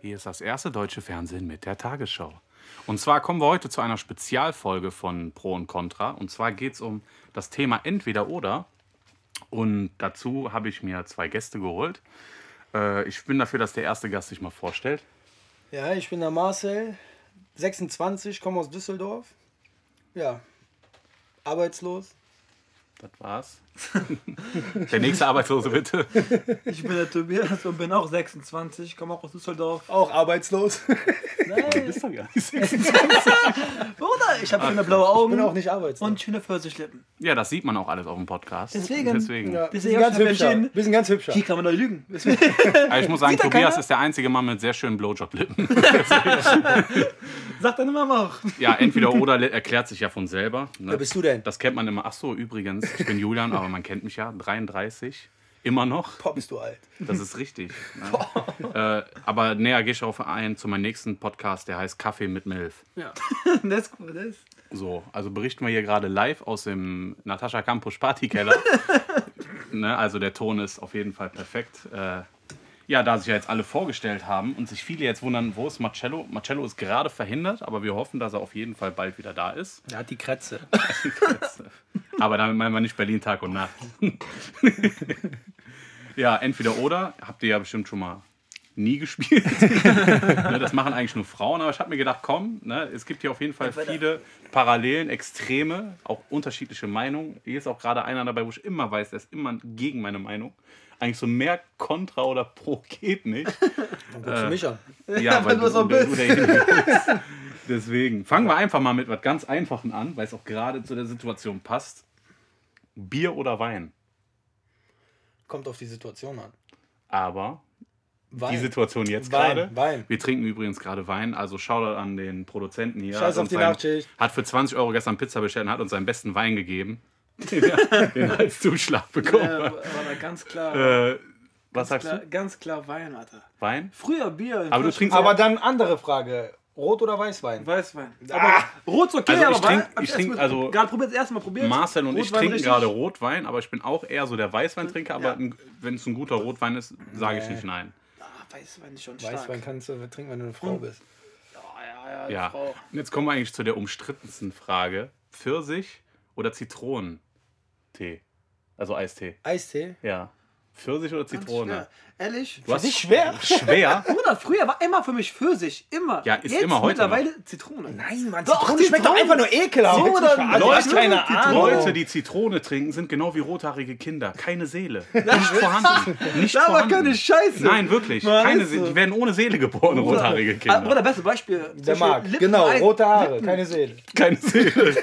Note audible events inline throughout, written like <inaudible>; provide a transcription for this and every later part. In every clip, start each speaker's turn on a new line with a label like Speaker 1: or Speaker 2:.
Speaker 1: Hier ist das erste deutsche Fernsehen mit der Tagesschau. Und zwar kommen wir heute zu einer Spezialfolge von Pro und Contra. Und zwar geht es um das Thema Entweder oder. Und dazu habe ich mir zwei Gäste geholt. Äh, ich bin dafür, dass der erste Gast sich mal vorstellt.
Speaker 2: Ja, ich bin der Marcel, 26, komme aus Düsseldorf. Ja, arbeitslos.
Speaker 1: Das
Speaker 3: <laughs>
Speaker 1: war's. der nächste Arbeitslose, bitte.
Speaker 3: Ich bin der Tobias und bin auch 26, komme auch aus Düsseldorf.
Speaker 1: <laughs>
Speaker 2: Auch arbeitslos.
Speaker 3: Nein,
Speaker 1: Ist doch gar
Speaker 3: <laughs>
Speaker 1: nicht.
Speaker 3: Bruder, ich habe schöne blaue Augen
Speaker 2: bin auch nicht arbeitslos.
Speaker 3: und schöne Pfirsichlippen.
Speaker 1: Ja, das sieht man auch alles auf dem Podcast.
Speaker 3: Deswegen.
Speaker 1: Deswegen.
Speaker 2: ja, wir
Speaker 3: Bist
Speaker 2: sind
Speaker 3: du
Speaker 2: ganz
Speaker 3: schon
Speaker 2: hübscher.
Speaker 3: Berlin?
Speaker 2: Wir sind ganz hübscher.
Speaker 3: Hier kann man neu lügen.
Speaker 1: Aber ich muss sagen,
Speaker 3: Sieht da
Speaker 1: Tobias
Speaker 3: keiner?
Speaker 1: ist der einzige Mann mit sehr schönen Blowjob-Lippen.
Speaker 3: Sagt deine Mama auch. <laughs>
Speaker 1: Ja, entweder oder le- erklärt sich ja von selber. Ne?
Speaker 2: Wer bist du denn?
Speaker 1: Das kennt man immer. Ach so, übrigens, ich bin Julian, aber man kennt mich ja. 33. Immer noch.
Speaker 2: Boah, bist du alt.
Speaker 1: Das ist richtig. Ne? äh, aber näher gehe ich darauf ein zu meinem nächsten Podcast, der heißt Kaffee mit Milf.
Speaker 3: Das ist cool, das ist.
Speaker 1: So, also berichten wir hier gerade live aus dem Natascha Campus Partykeller. ne, also der Ton ist auf jeden Fall perfekt. Äh, ja, da sich ja jetzt alle vorgestellt haben und sich viele jetzt wundern, wo ist Marcello? Marcello ist gerade verhindert, aber wir hoffen, dass er auf jeden Fall bald wieder da ist.
Speaker 2: Er hat die Kratze.
Speaker 1: Aber damit meinen wir nicht Berlin Tag und Nacht. ja, entweder oder. Habt ihr ja bestimmt schon mal nie gespielt. ne, das machen eigentlich nur Frauen, aber ich habe mir gedacht, komm, ne, es gibt hier auf jeden Fall viele Parallelen, Extreme, auch unterschiedliche Meinungen. Hier ist auch gerade einer dabei, wo ich immer weiß, der ist immer gegen meine Meinung. Eigentlich so mehr Kontra oder Pro geht nicht.
Speaker 2: Guckst du mich an? <laughs>
Speaker 1: Ja, weil
Speaker 3: du so bist.
Speaker 1: derjenige bist. Deswegen fangen wir einfach mal mit was ganz Einfachem an, weil es auch gerade zu der Situation passt. Bier oder Wein?
Speaker 2: Kommt auf die Situation an.
Speaker 1: Aber
Speaker 2: Wein.
Speaker 1: die Situation jetzt
Speaker 2: Wein,
Speaker 1: gerade.
Speaker 2: Wein.
Speaker 1: Wir trinken übrigens gerade Wein, also Shoutout an den Produzenten hier.
Speaker 2: Scheiß
Speaker 1: Hat
Speaker 2: auf
Speaker 1: uns
Speaker 2: die
Speaker 1: seinen-
Speaker 2: Nachtschicht.
Speaker 1: Hat für 20 Euro gestern Pizza bestellt und hat uns seinen besten Wein
Speaker 2: <laughs>
Speaker 1: gegeben. <laughs> den er- den er als Zuschlag bekommen
Speaker 3: Ja,
Speaker 1: hat.
Speaker 3: aber aber ganz klar,
Speaker 1: Äh, was sagst
Speaker 3: klar,
Speaker 1: du?
Speaker 3: ganz klar Wein, Alter.
Speaker 1: Wein?
Speaker 3: Früher Bier. in
Speaker 1: Aber du
Speaker 3: Flaschen,
Speaker 1: trinkst
Speaker 2: Aber dann andere Frage. Rot oder Weißwein?
Speaker 3: Weißwein. Aber Rot's okay,
Speaker 1: Ah. Also ich
Speaker 3: aber Wein.
Speaker 1: trink- ich
Speaker 3: erst
Speaker 1: trink-
Speaker 3: mal-
Speaker 1: also-
Speaker 3: Gerade probiert, erstmal probiert.
Speaker 1: Marcel und ich
Speaker 3: Rotwein
Speaker 1: trinken
Speaker 3: richtig.
Speaker 1: gerade Rotwein, aber ich bin auch eher so der Weißweintrinker, aber ein- wenn es ein guter Rotwein ist, sage ich nicht nein.
Speaker 3: Ah, Weißwein ist schon stark.
Speaker 2: Weißwein kannst du trinken, wenn du eine Frau bist.
Speaker 3: Ah, ja, ja,
Speaker 1: Ja.
Speaker 3: Frau.
Speaker 1: Und jetzt kommen wir eigentlich zu der umstrittensten Frage. Pfirsich oder Zitronentee? Also Eistee.
Speaker 2: Eistee?
Speaker 1: Ja. Pfirsich oder
Speaker 3: Ganz
Speaker 1: Zitrone?
Speaker 3: schwer. Ehrlich?
Speaker 1: Du hast
Speaker 2: nicht schwer.
Speaker 1: Schwer?
Speaker 3: Bruder, früher war immer für mich Pfirsich. Immer.
Speaker 1: Ja, ist immer heute
Speaker 3: Mittlerweile Zitrone.
Speaker 2: Nein, Mann,
Speaker 3: Doch,
Speaker 2: Zitrone schmeckt doch
Speaker 3: Zitrone.
Speaker 2: einfach nur ekelhaft.
Speaker 3: So, dann-
Speaker 2: Leute,
Speaker 3: Leute,
Speaker 2: keine
Speaker 3: Zitrone.
Speaker 2: Ahnung.
Speaker 1: Leute, die Zitrone trinken, sind genau wie rothaarige Kinder. Keine
Speaker 3: <laughs>
Speaker 1: Seele. Nicht vorhanden. Nicht
Speaker 3: Da war
Speaker 1: vorhanden.
Speaker 3: keine Scheiße.
Speaker 1: Nein, wirklich.
Speaker 3: Man
Speaker 1: Keine
Speaker 3: ist
Speaker 1: Seele.
Speaker 3: so.
Speaker 1: Die werden ohne Seele geboren, rothaarige
Speaker 3: Ah, Oder
Speaker 1: Kinder.
Speaker 3: bestes Beispiel. zum
Speaker 2: Der
Speaker 3: Beispiel
Speaker 2: Marc,
Speaker 3: Lipton
Speaker 2: genau,
Speaker 3: Eis-
Speaker 2: rote Haare,
Speaker 3: Lipton,
Speaker 2: keine Seele.
Speaker 1: Keine Seele.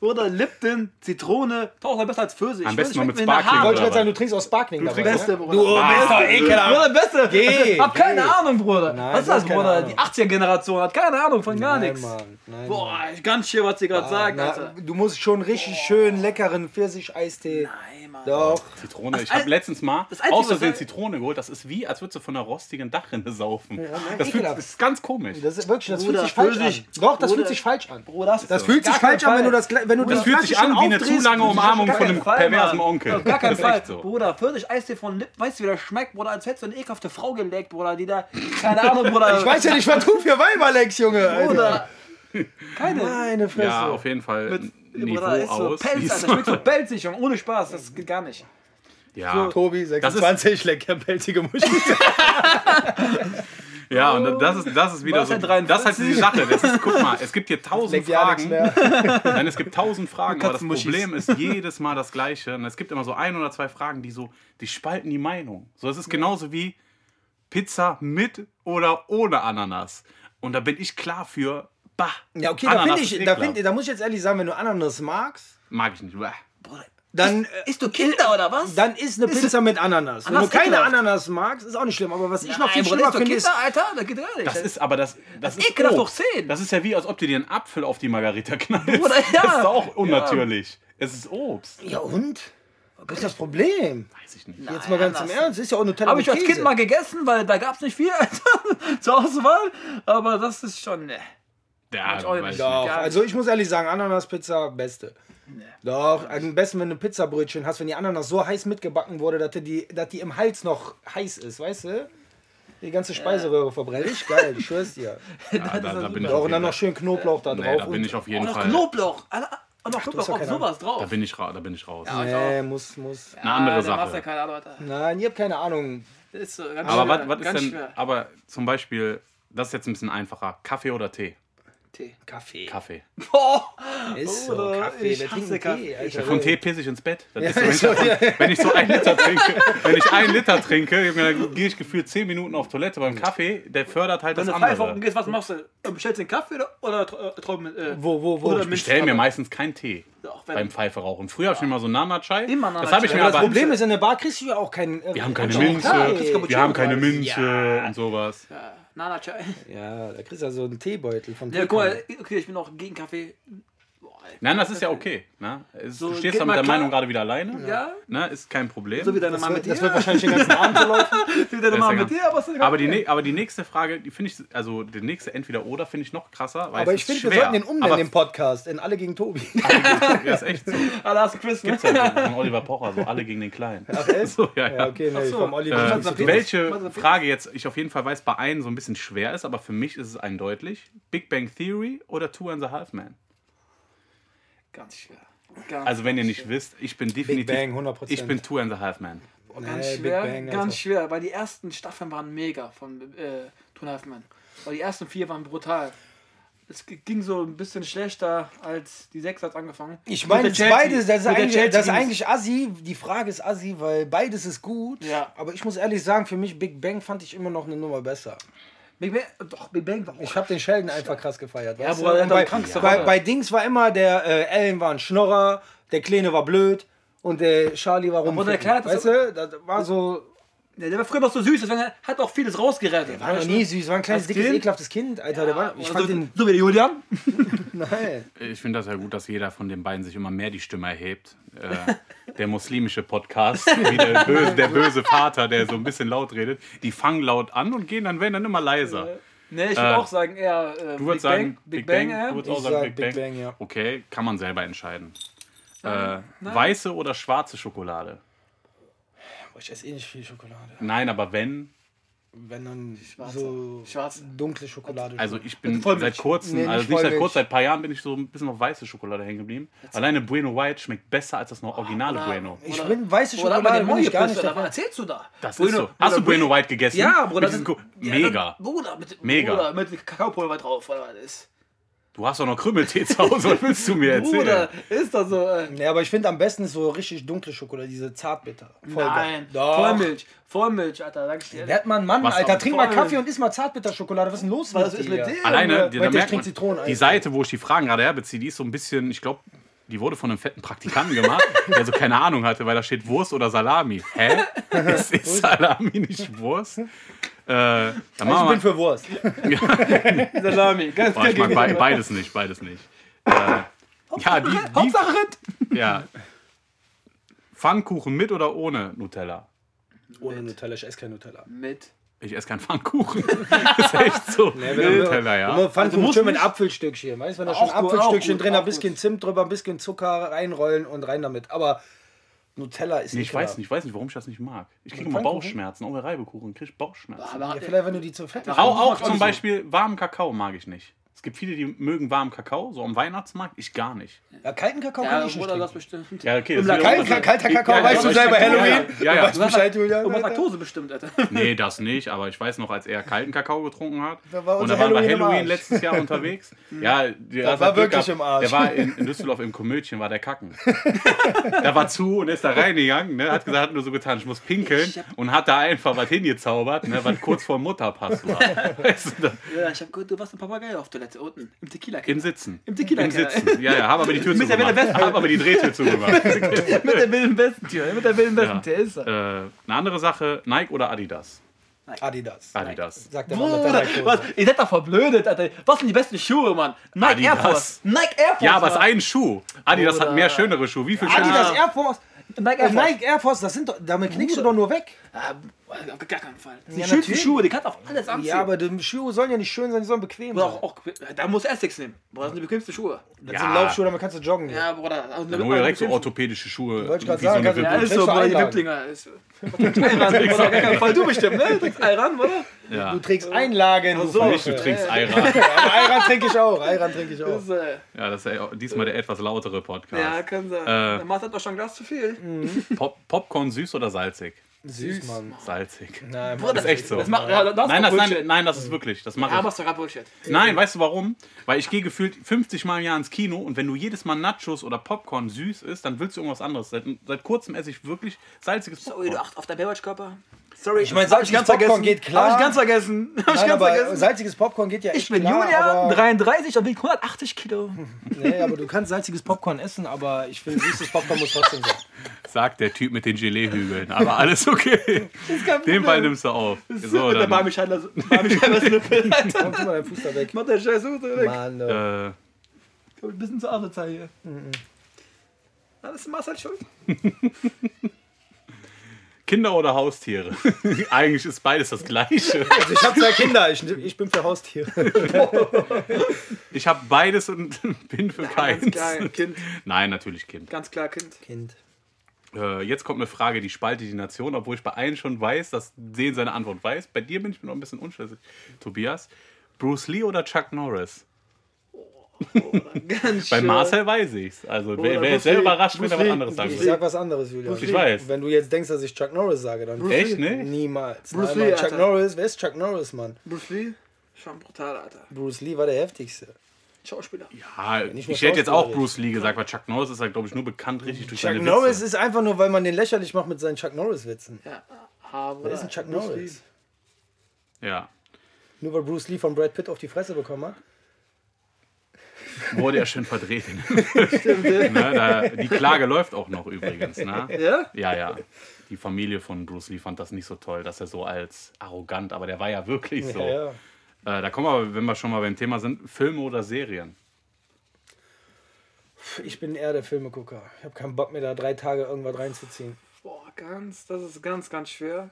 Speaker 3: Oder Lipton, Zitrone. Doch, besser als Pfirsich.
Speaker 1: Am besten
Speaker 3: Pfirsich
Speaker 1: noch mit
Speaker 3: schmeckt mir
Speaker 1: Sparkling Ah,
Speaker 3: nach
Speaker 2: Ich
Speaker 3: Haaren.
Speaker 2: wollte gerade sagen, du trinkst aus Sparkling
Speaker 3: Du
Speaker 2: dabei.
Speaker 3: trinkst
Speaker 2: ne?
Speaker 3: Beste, Bruder. Du
Speaker 2: bist doch ekelhaft.
Speaker 3: Bruder, Beste.
Speaker 2: Geh,
Speaker 3: Hab keine
Speaker 2: geh.
Speaker 3: Ahnung, Bruder.
Speaker 2: Nein,
Speaker 3: was ist das,
Speaker 2: keine
Speaker 3: Bruder?
Speaker 2: Ahnung.
Speaker 3: Die 80er-Generation hat keine Ahnung von gar
Speaker 2: Nein,
Speaker 3: nichts.
Speaker 2: Mann. Nein, Mann.
Speaker 3: Boah, ganz schier, was sie gerade sagt,
Speaker 2: Na,
Speaker 3: Alter.
Speaker 2: du musst schon richtig schön leckeren Pfirsich-Eistee.
Speaker 3: Nein, Mann.
Speaker 2: Doch.
Speaker 1: Zitrone. Ich
Speaker 3: Al-
Speaker 1: habe letztens mal
Speaker 3: das Einzige,
Speaker 1: aus Versehen
Speaker 3: was-
Speaker 1: Zitrone geholt. Das ist wie, als würdest du von einer rostigen Dachrinne saufen.
Speaker 2: nein,
Speaker 1: das, fühlt,
Speaker 2: ekelhaft.
Speaker 1: das ist ganz komisch.
Speaker 2: Das ist wirklich, das
Speaker 3: Bruder,
Speaker 2: fühlt sich falsch
Speaker 3: Pfirsich.
Speaker 2: an. Doch, das fühlt
Speaker 3: Bruder.
Speaker 2: sich falsch an.
Speaker 3: Bruder, das,
Speaker 2: Das fühlt sich
Speaker 3: gar kein
Speaker 2: falsch an,
Speaker 3: Fall.
Speaker 2: wenn du das, gle- wenn du
Speaker 1: Das fühlt sich an wie eine zu lange Umarmung
Speaker 2: gar
Speaker 1: von
Speaker 2: kein
Speaker 1: einem
Speaker 3: Fall,
Speaker 1: perversen
Speaker 3: Mann.
Speaker 1: Onkel.
Speaker 3: Auf gar keinen
Speaker 1: Das ist
Speaker 3: Fall.
Speaker 1: echt so.
Speaker 3: Bruder, Pfirsich Eistee von Lipp, weißt du, wie das schmeckt, Bruder, als hättest du eine ekelhafte Frau geleckt, Bruder, die da, keine Ahnung, Bruder.
Speaker 2: Ich weiß ja nicht, was du für Weiber leckst, Junge. Alter.
Speaker 3: Bruder. Keine.
Speaker 2: Meine Fresse.
Speaker 1: Ja, auf jeden Fall ein Niveau
Speaker 3: Bruder, ist so
Speaker 1: aus.
Speaker 3: pelzig, das schmeckt so pelzig, Junge, ohne Spaß, das geht gar nicht.
Speaker 1: ja.
Speaker 2: Tobi,
Speaker 1: Das ist-
Speaker 2: 26, lecker pelzige Muschel.
Speaker 1: ja, und das ist, das ist wieder
Speaker 3: Was
Speaker 1: so.
Speaker 3: hat
Speaker 1: Das ist halt die
Speaker 3: 43?
Speaker 1: Sache. Das ist, guck mal, es gibt hier tausend
Speaker 2: Leckt ja nichts
Speaker 1: Fragen.
Speaker 2: mehr.
Speaker 1: Nein, es gibt tausend Fragen, aber das
Speaker 2: Katzenmuschis.
Speaker 1: Problem ist jedes Mal das Gleiche. Und es gibt immer so ein oder zwei Fragen, die so, die spalten die Meinung. So, es ist genauso wie Pizza mit oder ohne Ananas. Und da bin ich klar für, bah.
Speaker 2: Ja, okay, da,
Speaker 1: Ananas
Speaker 2: find
Speaker 1: ist
Speaker 2: ich, da,
Speaker 1: ekelhaft.
Speaker 2: find, da muss ich jetzt ehrlich sagen, wenn du Ananas magst,
Speaker 1: Mag ich nicht. Bäh.
Speaker 3: Bruder,
Speaker 2: dann, äh,
Speaker 3: isst du Kinder oder was?
Speaker 2: dann ist eine Pizza mit Ananas. Wenn du
Speaker 3: Ananas
Speaker 2: keine
Speaker 3: ekelhaft.
Speaker 2: Ananas magst, ist auch nicht schlimm. Aber was ich noch viel
Speaker 3: Nein, Bruder,
Speaker 2: schlimmer
Speaker 3: isst du
Speaker 2: finde, ist,
Speaker 3: Kinder, Alter, das geht gar nicht.
Speaker 1: Das ist aber das. Das, ist
Speaker 3: ekelhaft
Speaker 1: oh,
Speaker 3: hoch zehn.
Speaker 1: Das ist ja wie, als ob du dir einen Apfel auf die Margarita knallst.
Speaker 3: Oder-
Speaker 1: Das
Speaker 3: ja.
Speaker 1: ist auch unnatürlich. Es ist Obst.
Speaker 2: Ja und? Was ist das Problem?
Speaker 1: Weiß ich nicht.
Speaker 2: Jetzt mal ganz im
Speaker 3: Ananas.
Speaker 2: Ernst, ist ja auch Nutella
Speaker 3: Habe ich
Speaker 2: mit
Speaker 3: als
Speaker 2: Käse.
Speaker 3: Kind mal gegessen, weil da gab es nicht viel Alter, <laughs> zur Auswahl, aber das ist schon, ne.
Speaker 1: Ja,
Speaker 3: ich auch
Speaker 1: weiß
Speaker 3: nicht.
Speaker 1: ich
Speaker 3: Ja.
Speaker 1: nicht.
Speaker 2: Doch,
Speaker 3: Gar nicht.
Speaker 2: also ich muss ehrlich sagen, Ananaspizza, beste. Doch, am besten, wenn du Pizzabrötchen hast, wenn die Ananas so heiß mitgebacken wurde, dass die, dass die im Hals noch heiß ist, weißt du? Die ganze Speiseröhre verbrenne ich. Geil, ich schwör's
Speaker 3: <laughs>
Speaker 2: dir.
Speaker 1: Ja, da,
Speaker 3: ist ja
Speaker 1: da bin
Speaker 3: super.
Speaker 1: ich
Speaker 2: Ja,
Speaker 1: auf jeden
Speaker 2: und dann noch
Speaker 1: Fall.
Speaker 2: schön Knoblauch da drauf.
Speaker 1: Nee, da bin
Speaker 2: und-
Speaker 1: ich auf
Speaker 3: Und
Speaker 1: jeden
Speaker 3: noch
Speaker 1: Fall.
Speaker 3: Knoblauch. Alter, Und noch
Speaker 2: hast
Speaker 3: Knoblauch
Speaker 2: ja
Speaker 3: auf
Speaker 2: keine
Speaker 3: sowas drauf.
Speaker 1: Da bin ich, ra da bin ich raus.
Speaker 3: Ja, ich
Speaker 2: Nee, muss, muss.
Speaker 1: Eine andere
Speaker 3: Ah, da machst du
Speaker 1: Sache.
Speaker 3: ja keine Ahnung, Alter.
Speaker 2: Nein, ihr habt keine Ahnung.
Speaker 3: Das ist so ganz
Speaker 1: Aber was,
Speaker 3: schwer.
Speaker 1: was ist
Speaker 3: ganz
Speaker 1: denn,
Speaker 3: schwer.
Speaker 1: aber zum Beispiel, das ist jetzt ein bisschen einfacher. Kaffee oder Tee?
Speaker 3: Tee.
Speaker 2: Kaffee.
Speaker 1: Kaffee.
Speaker 3: Boah!
Speaker 2: Ist so,
Speaker 3: Oder
Speaker 2: Kaffee.
Speaker 3: ich
Speaker 2: Wir trinken
Speaker 3: hasse Kaffee.
Speaker 2: Tee, Alter.
Speaker 1: Ja, Von Tee pisse ich ins Bett. Das ist
Speaker 3: <laughs>
Speaker 1: so, wenn, ich, wenn ich so einen Liter trinke, wenn ich einen Liter trinke, dann gehe ich gefühlt zehn Minuten auf Toilette. Beim Kaffee, der fördert halt
Speaker 3: Wenn
Speaker 1: das
Speaker 3: du frei vom
Speaker 1: andere.
Speaker 3: gehst, was machst du? Äh, Bestellst du einen Kaffee oder, oder äh, Trauben? Äh,
Speaker 2: Wo, wo, wo?
Speaker 3: Oder
Speaker 2: Ich
Speaker 1: Ich bestelle mir meistens keinen Tee
Speaker 3: Doch, wenn-
Speaker 1: beim Pfeife rauchen. Früher habe ich mir mal so Nanachai.
Speaker 3: Immer
Speaker 1: Das habe ich
Speaker 3: Nanachai.
Speaker 1: mir
Speaker 3: Ja,
Speaker 2: Das
Speaker 1: aber.
Speaker 2: Problem ist, in der Bar kriegst du ja auch keinen.
Speaker 1: Wir haben keine
Speaker 3: klar, kriegst
Speaker 1: Minze,
Speaker 3: Cappuccino
Speaker 1: wir haben keine
Speaker 3: gratis.
Speaker 1: Minze und sowas.
Speaker 3: Äh, na, na, tschau.
Speaker 2: Ja, da kriegst du ja so einen Teebeutel von
Speaker 3: Ja, guck mal, okay, ich bin auch gegen Kaffee. Boah, ey.
Speaker 1: Nein, das ist ja okay. Ne? Es-
Speaker 3: So,
Speaker 1: Du stehst
Speaker 3: geht
Speaker 1: da mit
Speaker 3: mal
Speaker 1: der
Speaker 3: klar.
Speaker 1: Meinung gerade wieder alleine.
Speaker 3: Ja.
Speaker 1: Ne? Ist kein Problem.
Speaker 3: So wie deine
Speaker 2: Das
Speaker 3: Mama
Speaker 2: wird,
Speaker 3: mit dir.
Speaker 2: das wird wahrscheinlich den ganzen Abend so
Speaker 3: <laughs>
Speaker 2: laufen.
Speaker 3: Wie deine Mama
Speaker 1: Deswegen-
Speaker 3: mit dir, aber es ist
Speaker 1: Aber die, nä- aber die nächste Frage, die finde ich, also die nächste Entweder-Oder finde ich noch krasser, weil
Speaker 2: Aber
Speaker 1: es
Speaker 2: ich finde,
Speaker 1: ist
Speaker 2: wir
Speaker 1: schwer.
Speaker 2: sollten den umbenennen,
Speaker 1: Aber-
Speaker 2: den Podcast. In Alle gegen
Speaker 3: <laughs>
Speaker 2: Tobi.
Speaker 1: Ja, ist echt so.
Speaker 3: Alter, hast du Chris, ne?
Speaker 1: Gibt's ja von Oliver Pocher, so alle gegen den Kleinen. <laughs> So, ja, ja.
Speaker 2: Ja, okay, nee,
Speaker 3: so.
Speaker 2: vom Olli.
Speaker 3: Äh,
Speaker 2: bin ich
Speaker 3: Mats
Speaker 1: Äh,
Speaker 2: nicht so
Speaker 3: Lapidus.
Speaker 2: drin.
Speaker 3: Mats
Speaker 1: welche
Speaker 3: Lapidus.
Speaker 1: Frage jetzt, ich auf jeden Fall weiß, bei einem so ein bisschen schwer ist, aber für mich ist es eindeutig. Big Bang Theory oder Two and a Half Man?
Speaker 3: <laughs> Ganz schwer. Ganz
Speaker 1: Also wenn ihr nicht wisst, ich bin definitiv...
Speaker 2: Bang, 100%.
Speaker 1: Ich bin Two and a Half Man.
Speaker 3: Boah, ganz
Speaker 2: Nee, Big
Speaker 3: schwer,
Speaker 2: Bang,
Speaker 3: ganz
Speaker 2: Alter.
Speaker 3: schwer, weil die ersten Staffeln waren mega von äh, Tun Halfman. Weil die ersten vier waren brutal. Es g- ging so ein bisschen schlechter als die sechs hat angefangen.
Speaker 2: Ich
Speaker 3: Mit
Speaker 2: meine,
Speaker 3: der
Speaker 2: das
Speaker 3: Chelsea-
Speaker 2: beides, das ist,
Speaker 3: mit der
Speaker 2: eigentlich, das ist
Speaker 3: ging's-
Speaker 2: eigentlich assi. Die Frage ist assi, weil beides ist gut.
Speaker 3: Ja.
Speaker 2: Aber ich muss ehrlich sagen, für mich Big Bang fand ich immer noch eine Nummer besser.
Speaker 3: Big Bang, doch, Big Bang war auch.
Speaker 2: Ich habe den Sheldon einfach krass gefeiert.
Speaker 3: Ja,
Speaker 2: weißt
Speaker 3: Bruder,
Speaker 2: du? Und
Speaker 3: der hat
Speaker 2: bei,
Speaker 3: am kranksten
Speaker 2: bei,
Speaker 3: Rolle.
Speaker 2: bei Dings war immer der äh, Ellen war ein Schnorrer, der Kleine war blöd und der Charlie war rum.
Speaker 3: der Kleine hat
Speaker 2: weißt
Speaker 3: so-
Speaker 2: du, das war so.
Speaker 3: Ja, Ne, der war früher noch so süß, deswegen hat auch vieles rausgerettet.
Speaker 2: War noch nie süß, war ein kleines,
Speaker 3: Als
Speaker 2: dickes,
Speaker 3: Kind?
Speaker 2: ekelhaftes Kind. Alter, der war. Ich
Speaker 3: Also,
Speaker 2: fand den.
Speaker 3: so wie der Julian.
Speaker 2: <laughs> Nein.
Speaker 1: Ich finde das ja gut, dass jeder von den beiden sich immer mehr die Stimme erhebt. Äh, der muslimische Podcast, wie der böse, der böse Vater, der so ein bisschen laut redet. Die fangen laut an und gehen dann, werden dann immer leiser.
Speaker 3: Ne, ich
Speaker 1: Äh,
Speaker 3: würde auch sagen, eher äh,
Speaker 1: Du würdest sagen Big Bang, du würdest
Speaker 3: eher.
Speaker 1: auch
Speaker 2: Ich
Speaker 1: sagen
Speaker 2: sag
Speaker 1: Big Bang.
Speaker 2: Big Bang, ja.
Speaker 1: Okay, kann man selber entscheiden. Äh, weiße oder schwarze Schokolade?
Speaker 2: Boah, ich esse eh nicht viel Schokolade.
Speaker 1: Nein, aber wenn,
Speaker 2: Wenn dann
Speaker 3: Schwarze.
Speaker 2: so
Speaker 3: Schwarze.
Speaker 2: dunkle Schokolade.
Speaker 1: also ich bin
Speaker 3: Vollmilch.
Speaker 1: seit kurzem,
Speaker 2: Nee, nicht
Speaker 1: also nicht seit
Speaker 2: Vollmilch.
Speaker 1: kurzem, seit ein paar Jahren bin ich so ein bisschen auf weiße Schokolade hängen geblieben. Alleine Bueno White schmeckt besser als das noch originale Bueno.
Speaker 2: ich bin weiße
Speaker 3: Oder aber
Speaker 2: Schokolade,
Speaker 3: der
Speaker 2: bin
Speaker 3: neue
Speaker 2: ich gar nicht
Speaker 3: Pizza, was
Speaker 2: dabei.
Speaker 3: erzählst du da?
Speaker 1: Das ist so. Hast du Bueno White gegessen?
Speaker 3: Ja,
Speaker 1: Mit
Speaker 3: Bruder, das
Speaker 1: diesem
Speaker 3: ist
Speaker 1: Ko-
Speaker 3: ja,
Speaker 1: Mega.
Speaker 3: das- Bruder, mit,
Speaker 1: Mega.
Speaker 3: Bruder, mit Kakaopulver drauf, oder was ist?
Speaker 1: Du hast doch noch Krümeltee <laughs> zu Hause, was willst du mir erzählen?
Speaker 3: Bruder, ist das so? Äh,
Speaker 2: Nee, aber ich finde am besten ist so richtig dunkle Schokolade, diese zartbitter. Voll geil.
Speaker 3: nein,
Speaker 2: Doch.
Speaker 3: Vollmilch, Vollmilch, Alter, danke dir.
Speaker 2: Werd mal ein Mann,
Speaker 1: Was
Speaker 2: Alter.
Speaker 1: auch-
Speaker 2: Trink mal
Speaker 3: Voll.
Speaker 2: Kaffee und isst mal Zartbitterschokolade. Was ist denn los
Speaker 3: was
Speaker 2: mit
Speaker 3: ist
Speaker 2: dir?
Speaker 3: mit dir?
Speaker 1: Alleine, die,
Speaker 2: Warte,
Speaker 1: da
Speaker 2: ich
Speaker 1: merkt
Speaker 2: trinke
Speaker 1: man,
Speaker 2: Zitronen,
Speaker 1: die
Speaker 2: Alter.
Speaker 1: Seite, wo ich die Fragen gerade herbeziehe, die ist so ein bisschen, ich glaube, die wurde von einem fetten Praktikanten gemacht, der so keine Ahnung hatte, weil da steht Wurst oder Salami.
Speaker 2: <laughs>
Speaker 1: Hä? Ist, ist Salami nicht Wurst? Äh, dann
Speaker 2: Also Ich bin
Speaker 1: machen wir
Speaker 2: für
Speaker 1: <laughs>
Speaker 2: Wurst. <laughs>
Speaker 3: Salami, ganz
Speaker 1: Boah, ich mag
Speaker 3: klar.
Speaker 1: be beides nicht, beides nicht. Äh, ja, die,
Speaker 3: Hauptsache Rind.
Speaker 1: die, ja. Pfannkuchen mit oder ohne Nutella?
Speaker 2: Ohne Nutella, ich esse kein Nutella.
Speaker 3: Mit.
Speaker 1: Ich esse keinen Pfannkuchen. <laughs> ist echt so. Nutella, ja. Also
Speaker 2: Immer Pfannkuchen
Speaker 3: muss
Speaker 2: schön Also mit
Speaker 3: nicht-
Speaker 2: Apfelstückchen. Weißt du, wenn da
Speaker 3: Auch
Speaker 2: schon
Speaker 3: gut,
Speaker 2: Apfelstückchen
Speaker 3: auch gut,
Speaker 2: drin,
Speaker 3: auch
Speaker 2: ein bisschen Zimt drüber, ein bisschen Zucker reinrollen und rein damit. Aber Nutella ist
Speaker 1: Ich weiß nicht, ich weiß nicht, warum ich das nicht mag. Ich kriege immer
Speaker 2: Pfannkuchen?
Speaker 1: Bauchschmerzen, auch bei Reibekuchen kriege ich Bauchschmerzen.
Speaker 3: Aber
Speaker 2: Ja, vielleicht, wenn du die zu fett
Speaker 3: Ja,
Speaker 1: Auch, auch
Speaker 3: macht auch
Speaker 1: zum
Speaker 3: so.
Speaker 1: Beispiel warmen Kakao mag ich nicht. Es gibt viele, die mögen warmen Kakao, so am Weihnachtsmarkt, ich gar nicht.
Speaker 2: Ja, kalten Kakao
Speaker 3: ja,
Speaker 2: kann ich nicht
Speaker 3: Bruder, das
Speaker 2: trinken.
Speaker 3: bestimmt.
Speaker 1: Ja, okay.
Speaker 3: Im Lakai-
Speaker 2: Kal- kalter Kakao, weißt du
Speaker 1: ich-
Speaker 2: selber, Halloween?
Speaker 1: Ja, ja.
Speaker 2: Weißt du Bescheid, Julian?
Speaker 3: Irgendwas
Speaker 2: Alter?
Speaker 3: Laktose bestimmt, Alter. <laughs>
Speaker 1: Nee, das nicht, aber ich weiß noch, als er kalten Kakao getrunken hat.
Speaker 2: Da war
Speaker 1: und
Speaker 2: unser
Speaker 1: da waren wir
Speaker 2: Halloween im
Speaker 1: Halloween
Speaker 2: Arsch.
Speaker 1: letztes Jahr unterwegs.
Speaker 2: <laughs>
Speaker 1: ja, der hat
Speaker 2: war
Speaker 1: Glück
Speaker 2: wirklich im Arsch.
Speaker 1: Der war in, in Düsseldorf im Komödchen, war der Kacken. <laughs> der war zu und ist da reingegangen, ne? hat gesagt, hat nur so getan, ich muss pinkeln und hat da einfach was hingezaubert, ne? was kurz vor Mutterpass
Speaker 3: <laughs>
Speaker 1: war. Weißt du, da-
Speaker 3: Ja, ich hab gehört, du warst ein Papagei auf Toilette unten. Im tequila
Speaker 1: Im Sitzen.
Speaker 3: Im Tequila-
Speaker 1: Im Sitzen. Ja, ja, haben aber die Tür
Speaker 3: Mit der
Speaker 1: zugemacht.
Speaker 3: Welle-
Speaker 1: Haben aber die Drehtür zugemacht.
Speaker 3: Mit der wilden Bestentür, mit <laughs> der wilden Bestentür ist
Speaker 1: Äh,
Speaker 3: er.
Speaker 1: eine andere Sache, Nike oder Adidas?
Speaker 2: Adidas.
Speaker 1: Adidas.
Speaker 2: Sagt der Mann mit der
Speaker 3: Bruder,
Speaker 2: Laktose.
Speaker 3: was, ihr seid doch verblödet, Alter. Was sind die besten Schuhe, Mann? Nike Air
Speaker 1: Adidas.
Speaker 3: Force. Nike Air Force.
Speaker 1: Ja, aber es ist
Speaker 3: Mann.
Speaker 1: ein Schuh. Adidas
Speaker 3: Oder-
Speaker 1: hat mehr schönere Schuhe. Wie viel
Speaker 2: Adidas
Speaker 1: schönere
Speaker 2: Air Force.
Speaker 3: Nike
Speaker 2: Äh,
Speaker 3: Air Force.
Speaker 2: Nike Air Force, das sind doch, damit knickst du doch nur weg.
Speaker 3: Ah, auf gar keinen Fall. Das sind
Speaker 2: Ja,
Speaker 3: die schönsten
Speaker 2: natürlich.
Speaker 3: Schuhe, die kannst du auf alles anziehen.
Speaker 2: Ja, aber die Schuhe sollen ja nicht schön sein, die sollen bequem
Speaker 3: Oder
Speaker 2: sein.
Speaker 3: auch, auch, da musst du Essex nehmen. Boah, das sind die bequemsten Schuhe.
Speaker 2: Das sind
Speaker 1: Ja.
Speaker 2: Laufschuhe, damit kannst du joggen.
Speaker 3: Ja, Bruder. Also,
Speaker 1: Schuhe? Nur direkt so orthopädische Schuhe.
Speaker 2: Wollte ich grad
Speaker 1: wie so
Speaker 2: sagen,
Speaker 1: eine
Speaker 2: kannst du-
Speaker 3: Ja,
Speaker 1: Wippe.
Speaker 3: ist so,
Speaker 2: Kriegst du
Speaker 3: Bruder, die
Speaker 2: Einlagen.
Speaker 3: Wiblinger. Ist so. Ei ran, Bruder, gar keinen Fall. Du bestimmt, ne? Du kriegst Ei ran, oder?
Speaker 1: Ja.
Speaker 2: Du trägst Einlagen.
Speaker 3: Ach so.
Speaker 1: Nicht, du
Speaker 2: Pfeife.
Speaker 1: trinkst
Speaker 3: <laughs>
Speaker 1: Ayran.
Speaker 2: Aber Ayran trinke ich auch. Ayran trinke ich auch.
Speaker 3: Das, äh,
Speaker 1: Ja, das ist ja diesmal der etwas lautere
Speaker 3: ja,
Speaker 1: Podcast.
Speaker 3: kann sein.
Speaker 1: Äh.
Speaker 3: Der Mars hat doch schon ein Glas zu viel.
Speaker 1: Pop Popcorn süß oder salzig?
Speaker 2: Süß, Mann.
Speaker 1: Salzig.
Speaker 2: Nein,
Speaker 3: Bruder,
Speaker 2: Mann.
Speaker 1: das ist echt so.
Speaker 3: Das macht, ja, das ist
Speaker 1: Nein,
Speaker 3: doch
Speaker 1: das, nein,
Speaker 3: Bullshit.
Speaker 1: nein, das ist wirklich. Das mache ich.
Speaker 3: Aber es ist doch gerade Bullshit.
Speaker 1: Nein, weißt du warum? Weil ich gehe gefühlt 50 Mal im Jahr ins Kino und wenn du jedes Mal Nachos oder Popcorn süß isst, dann willst du irgendwas anderes. Seit, seit kurzem esse ich wirklich salziges
Speaker 3: Sorry,
Speaker 1: Popcorn.
Speaker 3: Oh, du acht auf dein Baywatch-Körper. Sorry, ich
Speaker 2: mein, salziges Popcorn geht klar.
Speaker 3: Hab ich ganz vergessen. <laughs> Hab ich
Speaker 2: Nein,
Speaker 3: ganz
Speaker 2: aber
Speaker 3: vergessen.
Speaker 2: salziges Popcorn geht ja echt
Speaker 3: ich bin
Speaker 2: klar,
Speaker 3: Julian,
Speaker 2: aber-
Speaker 3: 33 und wiege 180 Kilo.
Speaker 2: Nee, aber du kannst salziges Popcorn essen, aber ich finde, süßes Popcorn muss trotzdem <laughs> sein.
Speaker 1: Sagt der Typ mit den Gelee-Hügeln. Aber alles okay.
Speaker 3: kein
Speaker 1: Den
Speaker 3: <laughs> Problem.
Speaker 1: Ball nimmst du auf. So,
Speaker 3: der
Speaker 1: dann,
Speaker 3: Barmischheimer <laughs> Snippel, Alter.
Speaker 2: Komm, tu mal deinen Fuß da weg.
Speaker 3: Macht der Scheiß gut, oder?
Speaker 2: Mann, äh,
Speaker 1: äh,
Speaker 3: Komm, ein bisschen zur Arbeitszeit hier. Alles ist Marcel schuld.
Speaker 1: Kinder oder Haustiere? <laughs> Eigentlich ist beides das Gleiche.
Speaker 2: also ich habe zwei Kinder, ich, ich bin für Haustiere.
Speaker 1: Ich habe beides und <laughs> bin für
Speaker 3: Ganz
Speaker 1: keins.
Speaker 3: klar, Kind.
Speaker 1: Nein, natürlich Kind.
Speaker 3: Ganz klar, <laughs> Kind.
Speaker 2: Kind.
Speaker 1: Äh, jetzt kommt eine Frage, die spaltet die Nation, obwohl ich bei allen schon weiß, dass Sehen seine Antwort weiß. Bei dir bin ich mir noch ein bisschen unschlüssig, Tobias. Bruce Lee oder Chuck Norris?
Speaker 3: Ganz
Speaker 1: Bei
Speaker 3: schön.
Speaker 1: Marcel weiß ich's. Also
Speaker 3: Oder
Speaker 1: wäre wär
Speaker 3: Bruce
Speaker 1: jetzt sehr
Speaker 3: Lee.
Speaker 1: überrascht, wenn
Speaker 3: Bruce
Speaker 1: er was
Speaker 3: Lee.
Speaker 1: anderes sagen
Speaker 2: Ich
Speaker 1: würde.
Speaker 2: sag was anderes, Julian.
Speaker 1: Ich weiß.
Speaker 2: Wenn du jetzt denkst, dass ich Chuck Norris sage, dann
Speaker 1: Echt, ne?
Speaker 2: niemals.
Speaker 3: Bruce
Speaker 2: Nein,
Speaker 3: Lee,
Speaker 2: Mann,
Speaker 3: Alter.
Speaker 2: Chuck Norris, wer ist Chuck Norris, Mann?
Speaker 3: Bruce Lee, schon brutal, Alter.
Speaker 2: Bruce Lee war der heftigste.
Speaker 3: Schauspieler.
Speaker 1: Ja,
Speaker 2: nicht nur
Speaker 1: ich hätte jetzt auch
Speaker 2: schauspielerisch.
Speaker 1: Bruce Lee gesagt, weil Chuck Norris ist halt, glaube ich, nur bekannt richtig durch
Speaker 2: Chuck
Speaker 1: seine
Speaker 2: Norris
Speaker 1: Witze.
Speaker 2: ist einfach nur, weil man den lächerlich macht mit seinen Chuck Norris-Witzen.
Speaker 3: Ja, aber.
Speaker 2: Wer ist denn Chuck
Speaker 3: Bruce
Speaker 2: Norris?
Speaker 1: Ja.
Speaker 2: Nur weil Bruce Lee von Brad Pitt auf die Fresse bekommen hat?
Speaker 1: Wurde ja schön verdreht.
Speaker 3: Lee.
Speaker 1: ne? da, die Klage läuft auch noch übrigens. Ne?
Speaker 3: Ja?
Speaker 1: Ja, ja. Die Familie von Bruce Lee fand das nicht so toll, dass er so als arrogant, aber der war ja wirklich so.
Speaker 2: Ja, ja.
Speaker 1: Äh, da kommen wir, aber, wenn wir schon mal beim Thema sind, Filme oder Serien.
Speaker 2: Pff, Ich bin eher der Filmegucker. Ich habe keinen Bock mir da drei Tage irgendwas reinzuziehen.
Speaker 3: Boah, ganz, das ist ganz, ganz schwer.